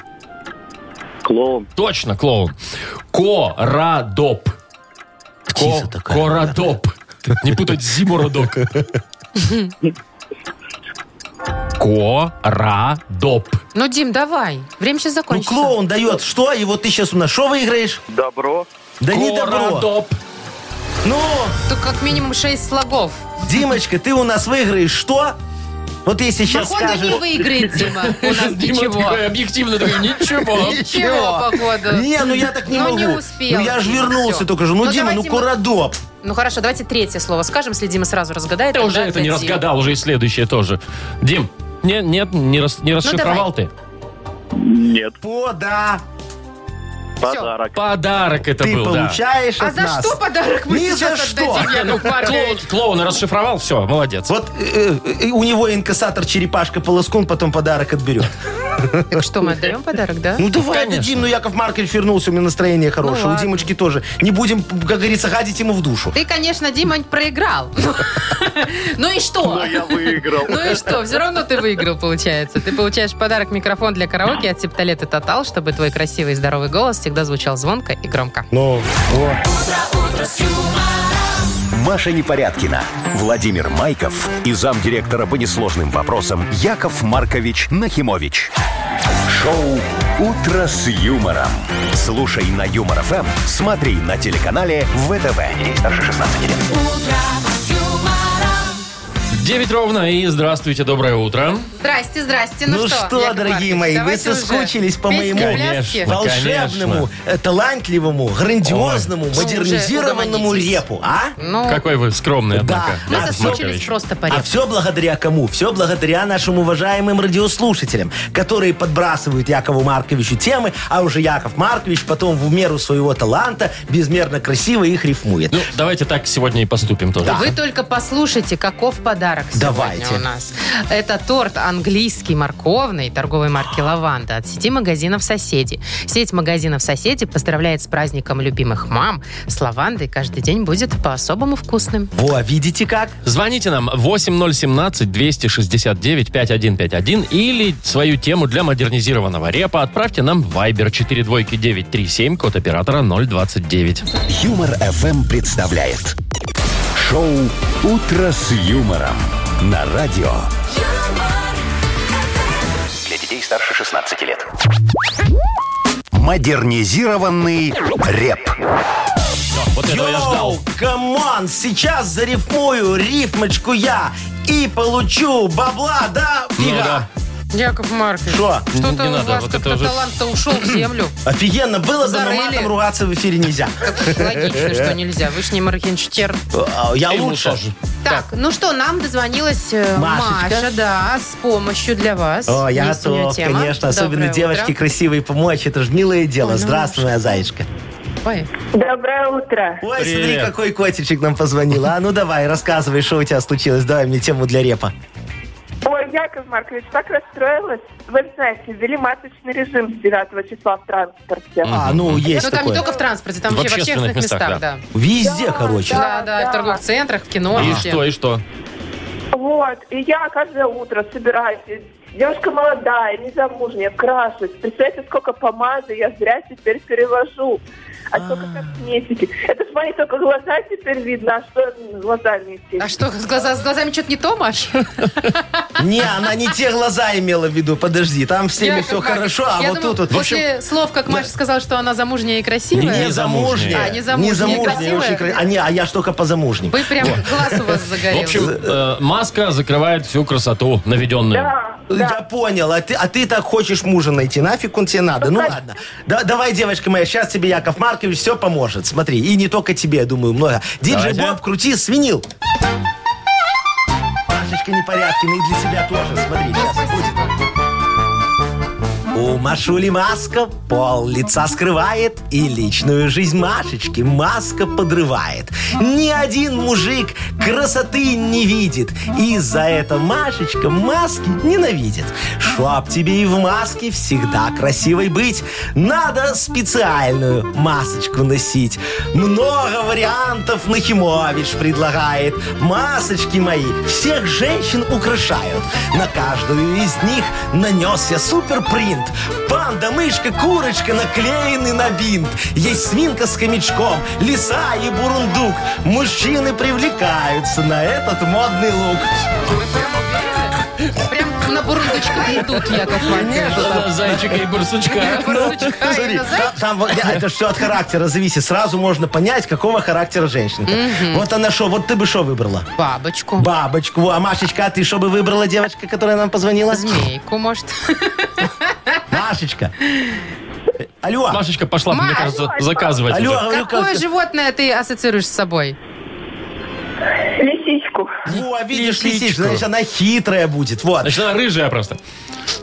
клоун. Точно, клоун. Корадоп. Птица Ко- такая, Корадоп. Не путать с зимородок. Корадоп. Ну, Дим, давай. Время сейчас Ну, закончится. клоун дает что? И вот ты сейчас у нас что выиграешь? Добро. Да не добро. Корадоп. Ну, Тут как минимум 6 слогов. Димочка, ты у нас выиграешь что? Вот если сейчас походу скажешь... не выиграет Дима. У нас Дима ничего. такой объективно такой, ничего. Ничего, походу. Не, ну я так не Ну, могу. не успел. Ну я же Всё. вернулся только же. Ну, Ну, Дима, ну давайте мы- Корадоп. Ну хорошо, давайте третье слово скажем, если Дима сразу разгадает. Я уже тогда это не отдадим. разгадал, уже и следующее тоже. Дим, не- нет, не, рас- Ну, не расшифровал ты. Нет. Пода. Подарок. Подарок это Ты был, да. получаешь А от за нас. что подарок мы Ни за сейчас что. отдадим, Яков Клоун, Маркович? клоун расшифровал, все, молодец. Вот э, э, э, у него инкассатор черепашка полоскун, потом подарок отберет. Так что, мы отдаем подарок, да? Ну давай Конечно. дадим, ну Яков Маркович вернулся, у меня настроение хорошее. у Ну, ладно. Димочки тоже. Не будем, как говорится, гадить ему в душу. Ты, конечно, Дима, проиграл. Ну и что? Я выиграл. Ну и что? Все равно ты выиграл, получается. Ты получаешь подарок микрофон для караоке от Септолет и Тотал, чтобы твой красивый и здоровый голос всегда звучал звонко и громко. Ну, Маша Непорядкина, Владимир Майков и замдиректора по несложным вопросам Яков Маркович Нахимович. Шоу «Утро с юмором». Слушай на Юмор ФМ, смотри на телеканале ВТВ. Ей старше 16 лет. 9 ровно, и здравствуйте, доброе утро. Здрасте, здрасте. Ну Ну, что, Яков Маркович, дорогие мои, вы давайте уже соскучились по песни, моему- пляски? Ну, Конечно. волшебному, конечно. э, талантливому, грандиозному, уже модернизированному угомонитесь. репу, а? Ну, Какой вы скромный, Да. однако. мы Яков соскучились Маркович. просто по А репу. все благодаря кому? Все благодаря нашим уважаемым радиослушателям, которые подбрасывают Якову Марковичу темы, а уже Яков Маркович потом в меру своего таланта безмерно красиво их рифмует. Ну, давайте так сегодня и поступим тоже. Вы только послушайте, каков подарок сегодня Давайте. у нас. Это торт английский морковный торговой марки «Лаванда» от сети магазинов «Соседи». Сеть магазинов «Соседи» поздравляет с праздником любимых мам. С «Лавандой» каждый день будет по-особому вкусным. Во, видите как? Звоните нам 8017-269-5151 или свою тему для модернизированного репа отправьте нам в Viber 42937, код оператора 029. Юмор ФМ представляет. Шоу «Утро с юмором» на радио. Для детей старше 16 лет. Модернизированный рэп. Вот этого я ждал. Йоу, камон, сейчас зарифмую рифмочку я и получу бабла, да? Ну Фига. да. Яков Маркович, Ну Что? что-то Не у надо, вас вот как-то это уже- талант-то ушел в землю. Офигенно, было за Зарыли. матом ругаться в эфире нельзя. Как логично, что нельзя. Вы ж не Моргенштерн. А, Я Ему лучше. тоже. Так, ну что, нам дозвонилась э, Машечка. Маша, да, с помощью для вас. О, А, я Есть у нее готов, тема. конечно. Особенно Доброе девочки утро. ну красивые помочь. Это же милое дело. Здравствуй, моя зайчка. Ой, Доброе утро. Ой, Привет. смотри, какой котичек нам позвонил. А ну давай, рассказывай, что у тебя случилось. Давай мне тему для репа. Ой, Яков Маркович, так расстроилась. Вы знаете, ввели маточный режим с 9 числа в транспорте. А, ну есть Ну, там такое. не только в транспорте, там В вообще во всех общественных местах, местах, местах, да. да. Везде, Да, короче. Да, да, и в да. торговых центрах, в кино. И везде. что, и что? Вот, и я каждое утро собираюсь. Девушка молодая, незамужняя, крашусь. Представьте, сколько помады я зря теперь перевожу. А сколько косметики. Это ж мои только глаза теперь видно, а что глазами идти? А что, с, глаза- с глазами что-то не то, Маш? Не, она не те глаза имела в виду. Подожди, там всеми Яков все Маркович, хорошо, а я вот думаю, тут вот. в общем, После слов, как Маша сказала, что она замужняя и красивая, не замужняя. А, не замужняя, красивая. очень кра- А, не, а я ж только по замужним. вы прям глаз у вас В загорел. общем, э, маска закрывает всю красоту наведенную. Да, Я да. понял, а ты, а ты так хочешь мужа найти, нафиг он тебе надо? Ну ладно. Да, давай, девочка моя, сейчас тебе Яков Маркович все поможет. Смотри, и не только тебе, я думаю, много. Диджей Давайте. Боб, крути свинил. Машечка Непорядкина, и для тебя тоже, смотри, сейчас будет. Спасибо. О, У Машули маска пол лица скрывает, и личную жизнь Машечки маска подрывает. Ни один мужик красоты не видит, и за это Машечка маски ненавидит. Шваб тебе и в маске всегда красивой быть. Надо специальную масочку носить. Много вариантов Нахимович предлагает. Масочки мои всех женщин украшают. На каждую из них нанес я суперпринт. Панда, мышка, курочка наклеены на бинт. Есть свинка с хомячком, лиса и бурундук. Мужчины привлекаются на этот модный лук. Прям на бурундучках идут, Яков Маркович. На Зайчика и барсучка. На бурундучках и Смотри, на зайцах. та- там вот, да, это все от характера зависит. Сразу можно понять, какого характера женщинка. Вот она что, вот ты бы что выбрала? Бабочку. Бабочку. Во, А Машечка, а ты что бы выбрала, девочка, которая нам позвонила? Змейку, может. Машечка. Алло. Машечка пошла, мне Маш, кажется, заказывать Алло, уже. говорю, Какое ну как... животное ты ассоциируешь с собой? Лисичку. Во, видишь, Лисичку. лисичка, значит, она хитрая будет. Вот. Значит, она рыжая просто.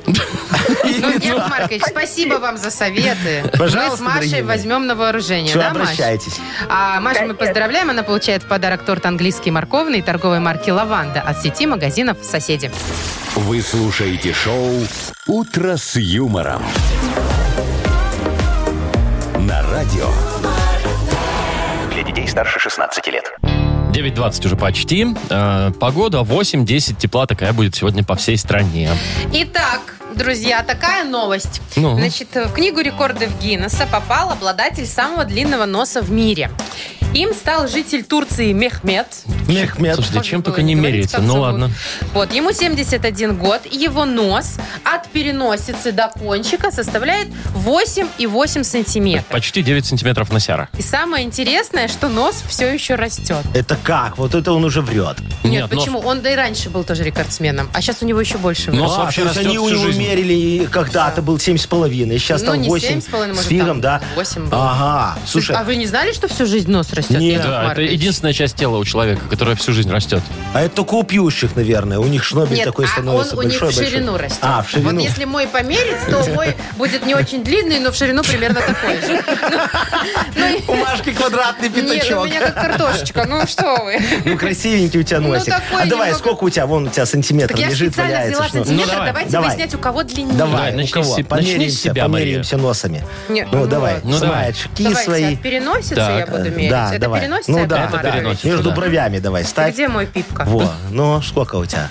Ну, Яков Маркович, спасибо вам за советы. Мы Пожалуйста, с Машей дорогие мои. возьмем на вооружение, Всё, да, Маш? обращайтесь. А Машу мы Конечно. поздравляем. Она получает в подарок торт английский морковный торговой марки «Лаванда» от сети магазинов «Соседи». Вы слушаете шоу «Утро с юмором». На радио. Для детей старше 16 лет. 9.20 уже почти. Э, Погода 8-10 тепла такая будет сегодня по всей стране. Итак, друзья, такая новость. Ну? Значит, в Книгу рекордов Гиннесса попал обладатель самого длинного носа в мире. Им стал житель Турции Мехмед. Мехмед. Слушайте, Можно чем было только не говорить, меряется. как Ну зовут. ладно. Вот, ему 71 год, и его нос от переносицы до кончика составляет 8,8 сантиметров. Почти 9 сантиметров носяра. И самое интересное, что нос все еще растет. Это как? Вот это он уже врет. Нет, нос- почему? Он да и раньше был тоже рекордсменом, а сейчас у него еще больше. Нос вырос. А, вообще то есть растет они у всю него жизнь. мерили и когда-то был 7,5, сейчас Ну, там не 8 7,5, может, с фигом, там да? 8 было. Ага, слушай, а вы не знали, что всю жизнь нос растет? Нет. Яков Да, это Маркович? единственная часть тела у человека, которая всю жизнь растет. а это только у пьющих, наверное, у них шнобель Нет, такой а становится он у них в большой-большой. ширину растет. А, в ширину. Вот если мой померить, то мой будет не очень длинный, но в ширину примерно такой же. У Машки квадратный Нет, у пятачок. меня как картошечка, ну что вы. Ну, красивенький у тебя Ну, носик. такой А давай, немного- сколько у тебя? Вон у тебя сантиметр Так я же лежит, специально валяется. взяла что- Ну, сантиметр, давай. давайте Давай. выяснять, у кого длиннее. Давай, Давай, начни у кого? с себя, начни с Померимся, себя, Мария. померимся носами. Не, Ну, ну, давай, ну, давай. снимай очки Давайте, свои. от переносицы я Так, э, буду мерить. Да, это давай. переносица? ну Яков да, Это да. Маркович? переносится, между да. бровями давай ставь. Где мой пипка? Во, ну сколько у тебя?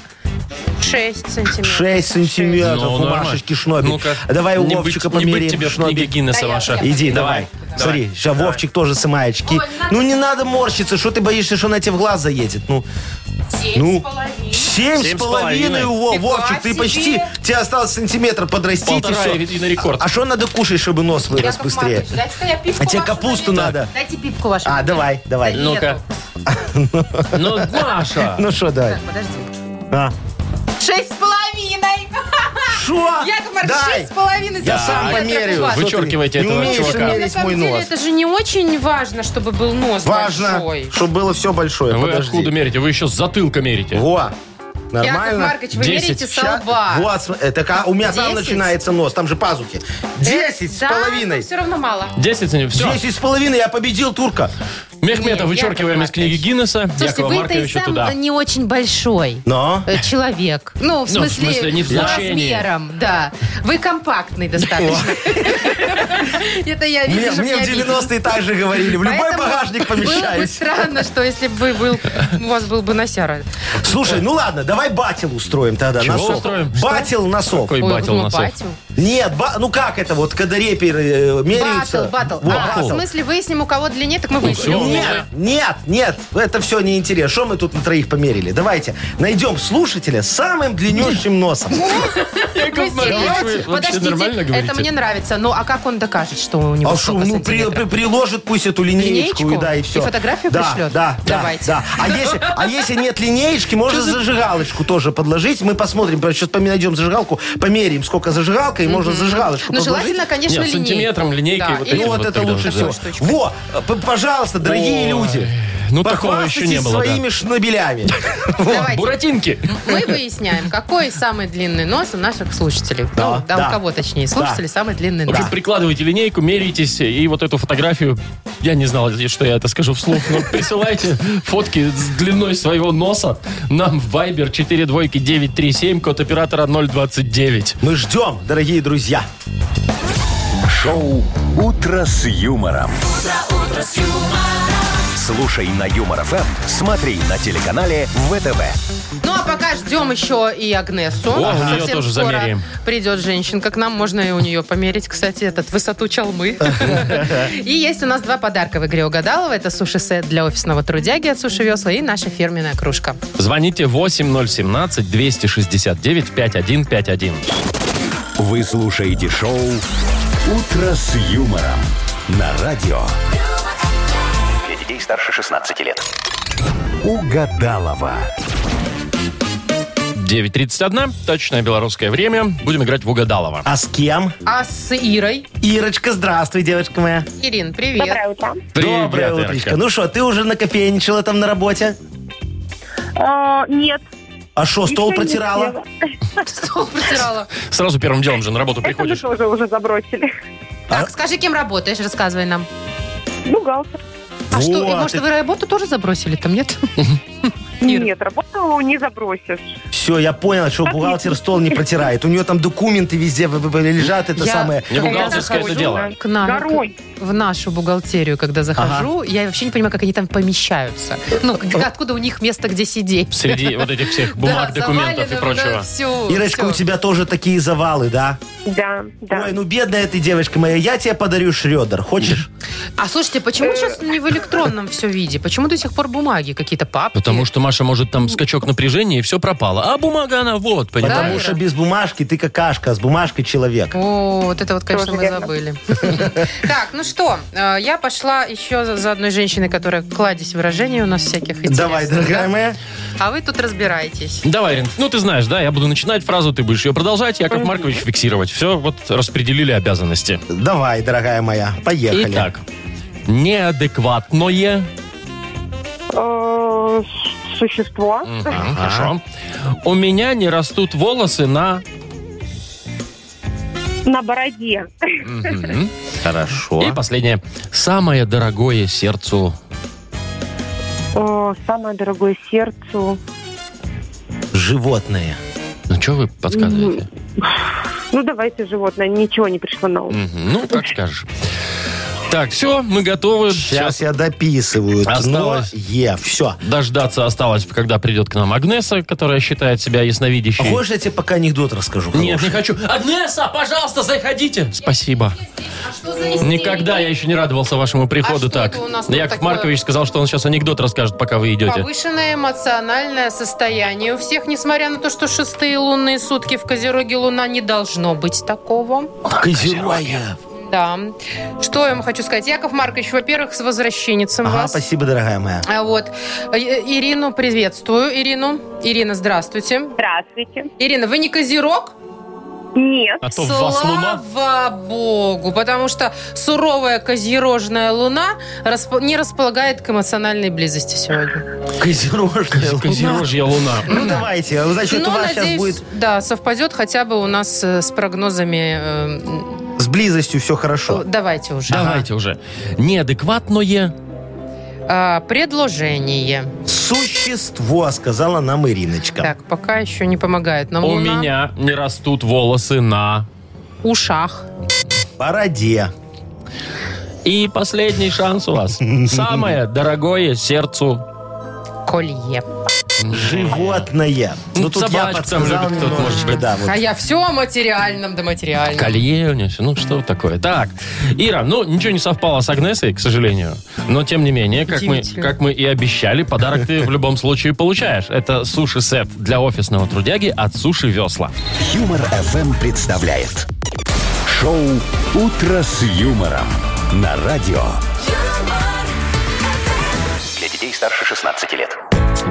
6 сантиметров. 6 сантиметров Ну, у нормально. Машечки шнобель. Ну-ка. Давай у Не Вовчика быть- не быть померяем тебе в шнобель. книге Гиннесса Да я- ваша. я- Иди, Давай, давай. давай. Смотри, сейчас Вовчик тоже сымай очки. Ой, надо- Ну не надо морщиться, что ты боишься, что она тебе в глаз заедет? Ну, Семь ну, с половиной. семь с половиной, во, Фига Вовчик, ты себе. почти, тебе осталось сантиметр подрастить и Полтора все. и- и на рекорд. А что надо кушать, чтобы нос вырос Яков быстрее? Маркович, дайте-ка я пипку А тебе вашу капусту намерю. надо. Дайте пипку вашу. А, давай, давай. Ну, Ну-ка. Ну, Маша! Ну что, давай. Подожди. А. Шесть с половиной. Шо? Яков Маркович, Дай. шесть с половиной. Я сантиметров сам у померяю. вас. Вы Вычеркивайте Не этого умеешь чувака. На мерить самом мой деле, нос. это же не очень важно, чтобы был нос Важно, большой. чтобы было все большое. Вы Ну, Подожди. откуда мерите? Вы еще с затылка мерите. Во. Яков Нормально? Маркович, вы Десять. мерите со Ща- лба. Вот, см- э, так, а у меня там Десять? Э, начинается нос, там же пазухи. Десять с половиной. все равно мало. 10 сантиметров. Все. Десять с половиной, я победил турка. Мехмета Нет, вычеркиваем Яков из книги Гиннесса. Слушайте, Якова вы-то и Марковича сам туда. э, не очень большой. Но. э, Человек. Ну, в Ну, в смысле, смысле, не в значении. размером, да. Вы компактный достаточно. Это я Мне, вижу, мне в 90-е так же говорили. В любой багажник Было бы помещаюсь. странно, что если бы вы был, у вас был бы носяра. Слушай, ну ладно, давай батил устроим тогда. Чего носов. устроим? Батил носов. Какой Ой, батил ну, носов. батю. Нет, ба- ну как это вот, когда реперы э, меряются? Батл, батл. Во, А, в батл. смысле, выясним, у кого длиннее, так мы выясним. Ну, всё. Нет, нет, нет, это все неинтересно. Что мы тут на троих померили? Давайте найдем слушателя с самым длиннющим носом. Вы Яков Маркович, серьезно? вы вообще Подождите, нормально говорите? это мне нравится. Ну, а как он докажет, что у него А что, столько ну при- сантиметров? при- приложит пусть эту линеечку, Линеечку? и да, и все. И фотографию да, пришлет? Да, да, Давайте. да. А если, а если нет линеечки, можно зажигалочку тоже подложить. Мы посмотрим, сейчас найдем зажигалку, померяем, сколько зажигалка, и можно зажигалочку Ну, подложить. желательно, конечно, Нет, линейкой. сантиметром, линейкой, Да, вот или этим Ну вот это тогда лучше вот, да. всего. Во, п- пожалуйста, дорогие Ой, люди. ну такого еще не Похвастайтесь было, да. своими шнобелями. Давайте. Буратинки. Мы выясняем, какой самый длинный нос у наших слушателей. Да, ну, да, да. у кого точнее. Слушатели самый длинный В общем, нос. прикладывайте линейку, меряйтесь, и вот эту фотографию, я не знал, что я это скажу вслух, но присылайте фотки с длиной своего носа нам в Viber 42937, код оператора 029. Мы ждем, дорогие друзья. Шоу «Утро с юмором». Слушай на Юмор ФМ, смотри на телеканале ВТВ. Ну, а пока ждем еще и Агнесу. О, у Совсем нее тоже скоро замеряем. придет женщинка к нам. Можно и у нее померить, кстати, этот высоту чалмы. И есть у нас два подарка в игре угадалова. Это суши-сет для офисного трудяги от Суши Весла и наша фирменная кружка. Звоните 8017-269-5151. Вы слушаете шоу «Утро с юмором» на радио Для детей старше 16 лет. «Угадалова». 9.31, точное белорусское время. Будем играть в Угадалова. А с кем? А с Ирой. Ирочка, здравствуй, девочка моя. Ирин, привет. Доброе утро. Доброе Привет, утречко. Ирочка. Ну что, ты уже накопейничала там на работе? А, нет. А что, стол ничего не протирала? сделала. Стол протирала. Сразу первым делом же на работу Это мы приходишь. тоже уже забросили. А? Так, скажи, кем работаешь, рассказывай нам. Бухгалтер. А что, и, Вот. может, вы работу тоже забросили там, нет? Ира. Нет, работу не забросишь. Все, я понял, что бухгалтер стол не протирает. У нее там документы везде в- в- в- лежат, это Я- самое. Не бухгалтерское это захожу дело. на- К нам, Горой. в нашу бухгалтерию, когда захожу, я вообще не понимаю, как они там помещаются. Ну, г- откуда у них место, где сидеть? Среди вот этих всех бумаг, Да, документов и завалено, да, прочего. всё, Ирочка, всё. у тебя тоже такие завалы, да? Да, да. Ой, ну бедная ты, девочка моя. Я тебе подарю Шредер. Хочешь? А слушайте, почему сейчас не в электронном все виде? Почему до сих пор бумаги, какие-то папки? Потому что Маша может там скачок напряжения и все пропало. А бумага она вот, Потому понимаешь? что без бумажки ты какашка, а с бумажкой человек. О, вот это вот, конечно, Тоже мы верно. забыли. Так, ну что, э, я пошла еще за- за одной женщиной, которая кладезь выражений у нас всяких. Давай, интересных, дорогая да? моя. А вы тут разбираетесь. Давай, Ирин, ну ты знаешь, да, я буду начинать фразу, ты будешь ее продолжать, Яков Маркович фиксировать. Все, вот распределили обязанности. Давай, дорогая моя. Поехали. Итак, неадекватное, Э, с- Существо. Мгм, хорошо, у меня не растут волосы на... На бороде. Мгм. И Хорошо. последнее, самое дорогое сердцу... Э, Самое дорогое сердцу. Животные. Ну, что вы подсказываете? Ну, давайте животное. Ничего не пришло на ум. Мгм, Ну, как скажешь. Так, все, мы готовы. Сейчас я дописываю. Осталось. Но Е, все. Дождаться осталось, когда придет к нам Агнеса, которая считает себя ясновидящей. А хочешь, я тебе пока анекдот расскажу? Нет, хороший? не хочу. Агнеса, пожалуйста, заходите. Спасибо. Никогда я еще не радовался вашему приходу А что так. это у нас тут Яков такое? А Маркович сказал, что он сейчас анекдот расскажет, пока вы идете. Повышенное эмоциональное состояние у всех, несмотря на то, что шестые лунные сутки в Козероге Луна не должно быть такого. Козероги. Да. Что я вам хочу сказать? Яков Маркович, во-первых, с возвращенницем Ага, вас. спасибо, дорогая моя. А Вот. Э, Ирину приветствую. Ирину. Ирина, здравствуйте. Здравствуйте. Ирина, вы не козерог? Нет. А то в вас луна. Слава богу, потому что суровая козерожная луна расп- не располагает к эмоциональной близости сегодня. Козерожная луна. Козерожья луна. Ну давайте, а значит у Но, вас сейчас надеюсь, будет да, совпадет хотя бы у нас э, с прогнозами. э, м, с близостью все хорошо. Давайте уже. Давайте уже. Неадекватное. А, предложение. Существо, сказала нам Ириночка. Так, пока еще не помогает нам У луна. меня не растут волосы на... Ушах. Бороде. И последний шанс у вас. Самое дорогое сердцу. Колье. Животное. Ну, собачек там любит кто-то, немножечко, может быть. да, вот. А я все о материальном да материальном. Колье у нее все. Ну, что такое? Так, Ира, ну, ничего не совпало с Агнесой, к сожалению. Но, тем не менее, как мы, Удивительно. как мы и обещали, подарок ты в любом случае получаешь. Это суши-сет для офисного трудяги от Суши Весла. Юмор ФМ представляет шоу Утро с юмором на радио Для детей старше 16 лет.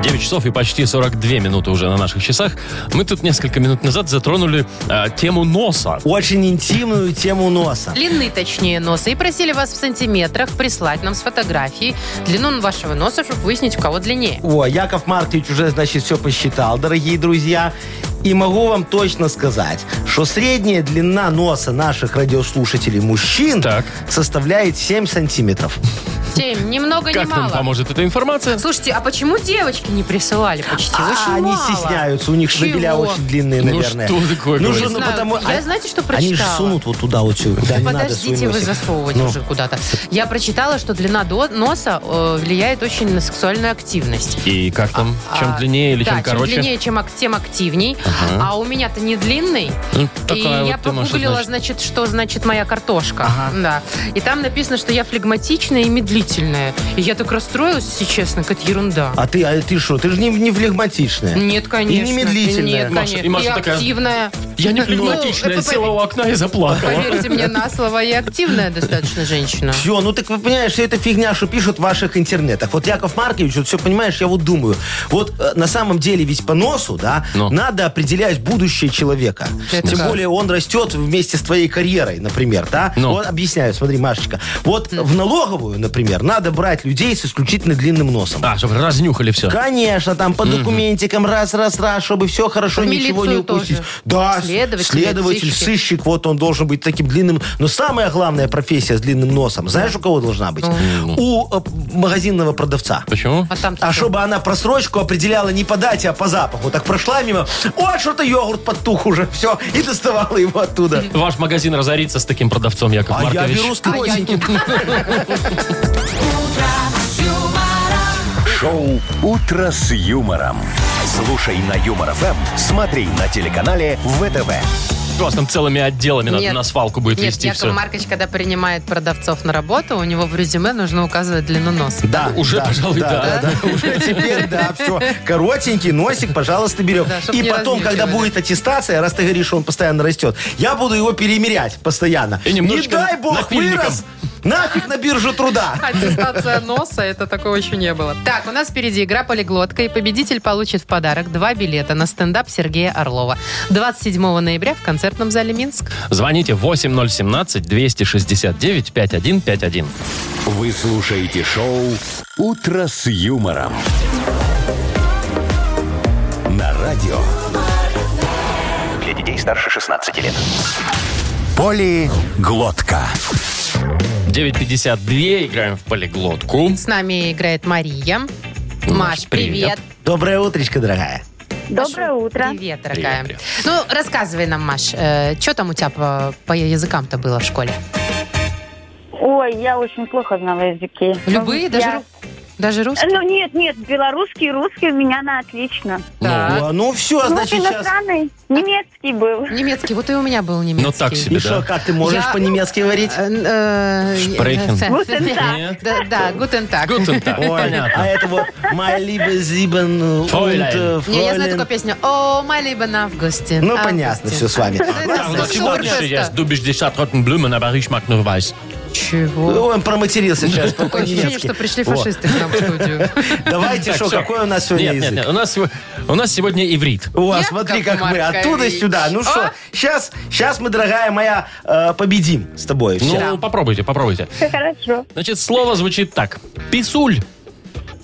9 часов и почти 42 минуты уже на наших часах. Мы тут несколько минут назад затронули э, тему носа. Очень интимную тему носа. Длины, точнее, носа. И просили вас в сантиметрах прислать нам с фотографией длину вашего носа, чтобы выяснить, у кого длиннее. О, Яков Маркович уже, значит, все посчитал, дорогие друзья. И могу вам точно сказать, что средняя длина носа наших радиослушателей мужчин Так. составляет 7 сантиметров. Семь, ни много, ни Как нам мало. поможет эта информация? Слушайте, а почему девочки не присылали почти? Очень А, они мало. стесняются, у них Чего? шнабеля очень длинные, Ну, наверное. что такое Ну, говорит? же, ну, Знаю. потому... Я, а- знаете, что Они же прочитала? сунут вот туда вот сюда. Да, не надо свой Подождите вы носик. засовывать Ну. уже куда-то. Я прочитала, что длина до- носа э, влияет очень на сексуальную активность. И как там? Чем А, длиннее или да, чем короче? длиннее, чем ак- тем активней. А у меня-то не длинный. Ну, и такая вот я ты, Маша, погуглила, значит. значит, что значит моя картошка. Да. И там написано, что я флегматичная и медлительная. И я так расстроилась, если честно, какая-то ерунда. А ты, а ты что? Ты же не, не флегматичная. Нет, конечно. И не медлительная. Нет, Маша- конечно. и Маша и такая, активная. Я не Ну, флегматичная, это села у окна и заплакала. Поверьте мне на слово, я активная достаточно женщина. Все, ну так вы понимаешь, все это фигня, что пишут в ваших интернетах. Вот Яков Маркович, вот все понимаешь, я вот думаю, вот э, на самом деле ведь по носу, да, Ну. надо определять будущее человека. Это Тем как? более он растет вместе с твоей карьерой, например, да. Ну. Вот объясняю, смотри, Машечка. Вот в налоговую, например, надо брать людей с исключительно длинным носом. А, чтобы разнюхали все. Конечно, там по документикам раз, раз, раз, чтобы все хорошо, В ничего не милицию упустить. тоже. Да, с- Следователь, следователь, сыщик. сыщик, вот он должен быть таким длинным. Но самая главная профессия с длинным носом, знаешь, у кого должна быть? Ну. У э, магазинного продавца. Почему? А там А чтобы она просрочку определяла не по дате, а по запаху. Так прошла мимо, о, что-то йогурт подтух уже, все, и доставала его оттуда. Ваш магазин разорится с таким продавцом, Яков А я Маркович. беру с коротеньким. Шоу «Утро с юмором». Слушай на Юмор ФМ, смотри на телеканале ВТВ. У вас там целыми отделами надо Нет. на свалку будет Нет, вести Яков все. Маркович, когда принимает продавцов на работу, у него в резюме нужно указывать длину носа. Да, Уже, пожалуй, да. да, да, уже теперь, да, все. Коротенький носик, пожалуйста, берем. Да, чтоб И не потом, когда разнюхивали. будет аттестация, раз ты говоришь, что он постоянно растет, я буду его перемерять постоянно. И Не немножечко дай бог напильником. вырос, нафиг на биржу труда. Аттестация носа, это такого еще не было. Так, у нас впереди игра «Полиглотка», и победитель получит в подарок два билета на стендап Сергея Орлова. 27 ноября в концертном зале «Минск». Звоните 8017-269-5151. Вы слушаете шоу «Утро с юмором». На радио Для детей старше 16 лет. «Полиглотка». 9.52, играем в полиглотку. С нами играет Мария. Маш, Маш, привет. привет. Доброе утречко, дорогая. Доброе утро. Привет, дорогая. Привет, привет. Ну, рассказывай нам, Маш, что там у тебя по, по языкам-то было в школе? Ой, я очень плохо знала языки. Любые, даже, Ну, Я- ру- даже русские? Ну нет, нет, белорусский, русский у меня на отлично. Так. А? О, ну все, Ну, значит, сейчас. иностранный, немецкий был. Немецкий, вот и у меня был немецкий. Ну так себе, И что, да. как ты можешь Я- по-немецки говорить? Э, э, Шпрехен. э, Гутен Таг. Нет. Да, да, гутен так. Гутен Таг. Ой, а Э, Понятно. это вот «My liebe Sieben und Fräulein». Не, я знаю А, Fräulein». только песню «О, май либен августе». Ну, августе». понятно, все с вами. Да это Там Слушай, сегодня Слушай, же это- есть «Дубиш десят ротен блюмен, а Бариш мак nur weiß». Чего? Он проматерился сейчас по- Такое ощущение, Ну, по-немецки. что пришли Во. фашисты к нам в студию. Давайте, Так, что, всё. какой у нас сегодня Нет, нет, язык? нет, у нас сего- у нас сегодня иврит. О, Яков смотри, как мы Маркович. оттуда сюда. Ну что, сейчас, сейчас мы, дорогая моя, э, победим с тобой. Ну, Все. попробуйте, попробуйте. Все хорошо. Значит, слово звучит так. Писуль.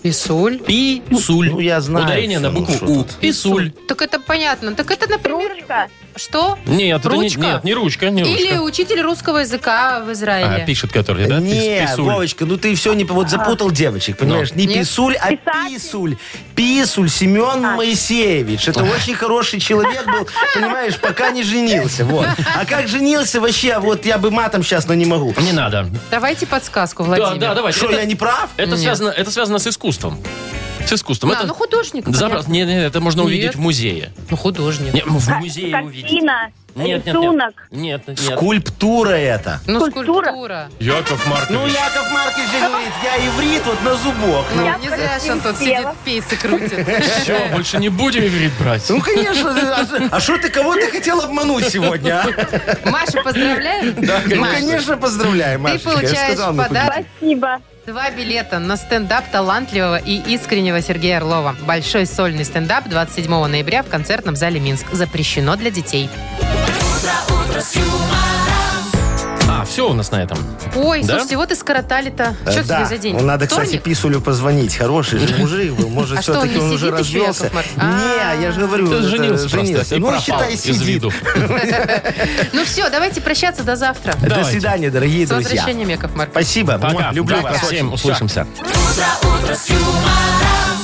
Писуль. Писуль. Ну, я знаю Ударение всё, на ну, букву что У. тут. Писуль. Так это понятно. Так это, например, Ручка. что? Нет, это не- Ручка? нет, не ручка, не ручка. Или учитель русского языка в А, Израиле. пишет который, да? Пис- Не, писуль. Ну. Вовочка, ну ты все не по- вот запутал девочек, понимаешь? Не Нет. писуль, а Писатель. писуль. Писуль Семен Моисеевич. Это очень хороший человек был, понимаешь, пока не женился. Вот. А как женился вообще, а вот я бы матом сейчас, но не могу. Не надо. Давайте подсказку, Да, Владимир. да, давайте. Что, Это- я не прав? Это Нет. связано, это связано с искусством. С искусством. А, это ну художник. Заброс- понятно. Не, не, это можно Нет. А, увидеть в музее. Ну художник. Не, в музее увидеть. Картина, Нет, нет, нет. рисунок. Нет, нет. Скульптура это. Ну Скульптура. скульптура. Яков Маркович. Ну, Яков Маркович же говорит, я иврит вот на зубок. Ну, Я не зря просто что он тут сидит, села. пейсы крутит. Все, больше не будем иврит брать. Ну, конечно. а- А что ты, кого ты хотел обмануть сегодня, а? Маша, поздравляю. Ну, конечно, поздравляем, Машечка. получаешь я же сказал, мы подарок. победим. Спасибо. Два билета на стендап талантливого и искреннего Сергея Орлова. Большой сольный стендап 27 ноября в концертном зале Минск. Запрещено для детей. А, все у нас на этом. Ой, Да? слушайте, вот и скоротали-то. Что Э, да. Ну, сегодня за день? Надо, кстати, Вторник? Писулю позвонить. Хороший же мужик был. Может, А что, он все-таки не он уже сидит еще, развелся. Яков Маркович? А. Не, я же говорю, Ты это, женился просто и Ну, пропал считай, из сидит. виду. Ну все, давайте прощаться до завтра. До Давайте. свидания, дорогие С друзья. возвращением, Яков Маркович. Спасибо. Пока. Люблю Давай, вас Всем очень. Всё. услышимся. Утро, утро с юмором.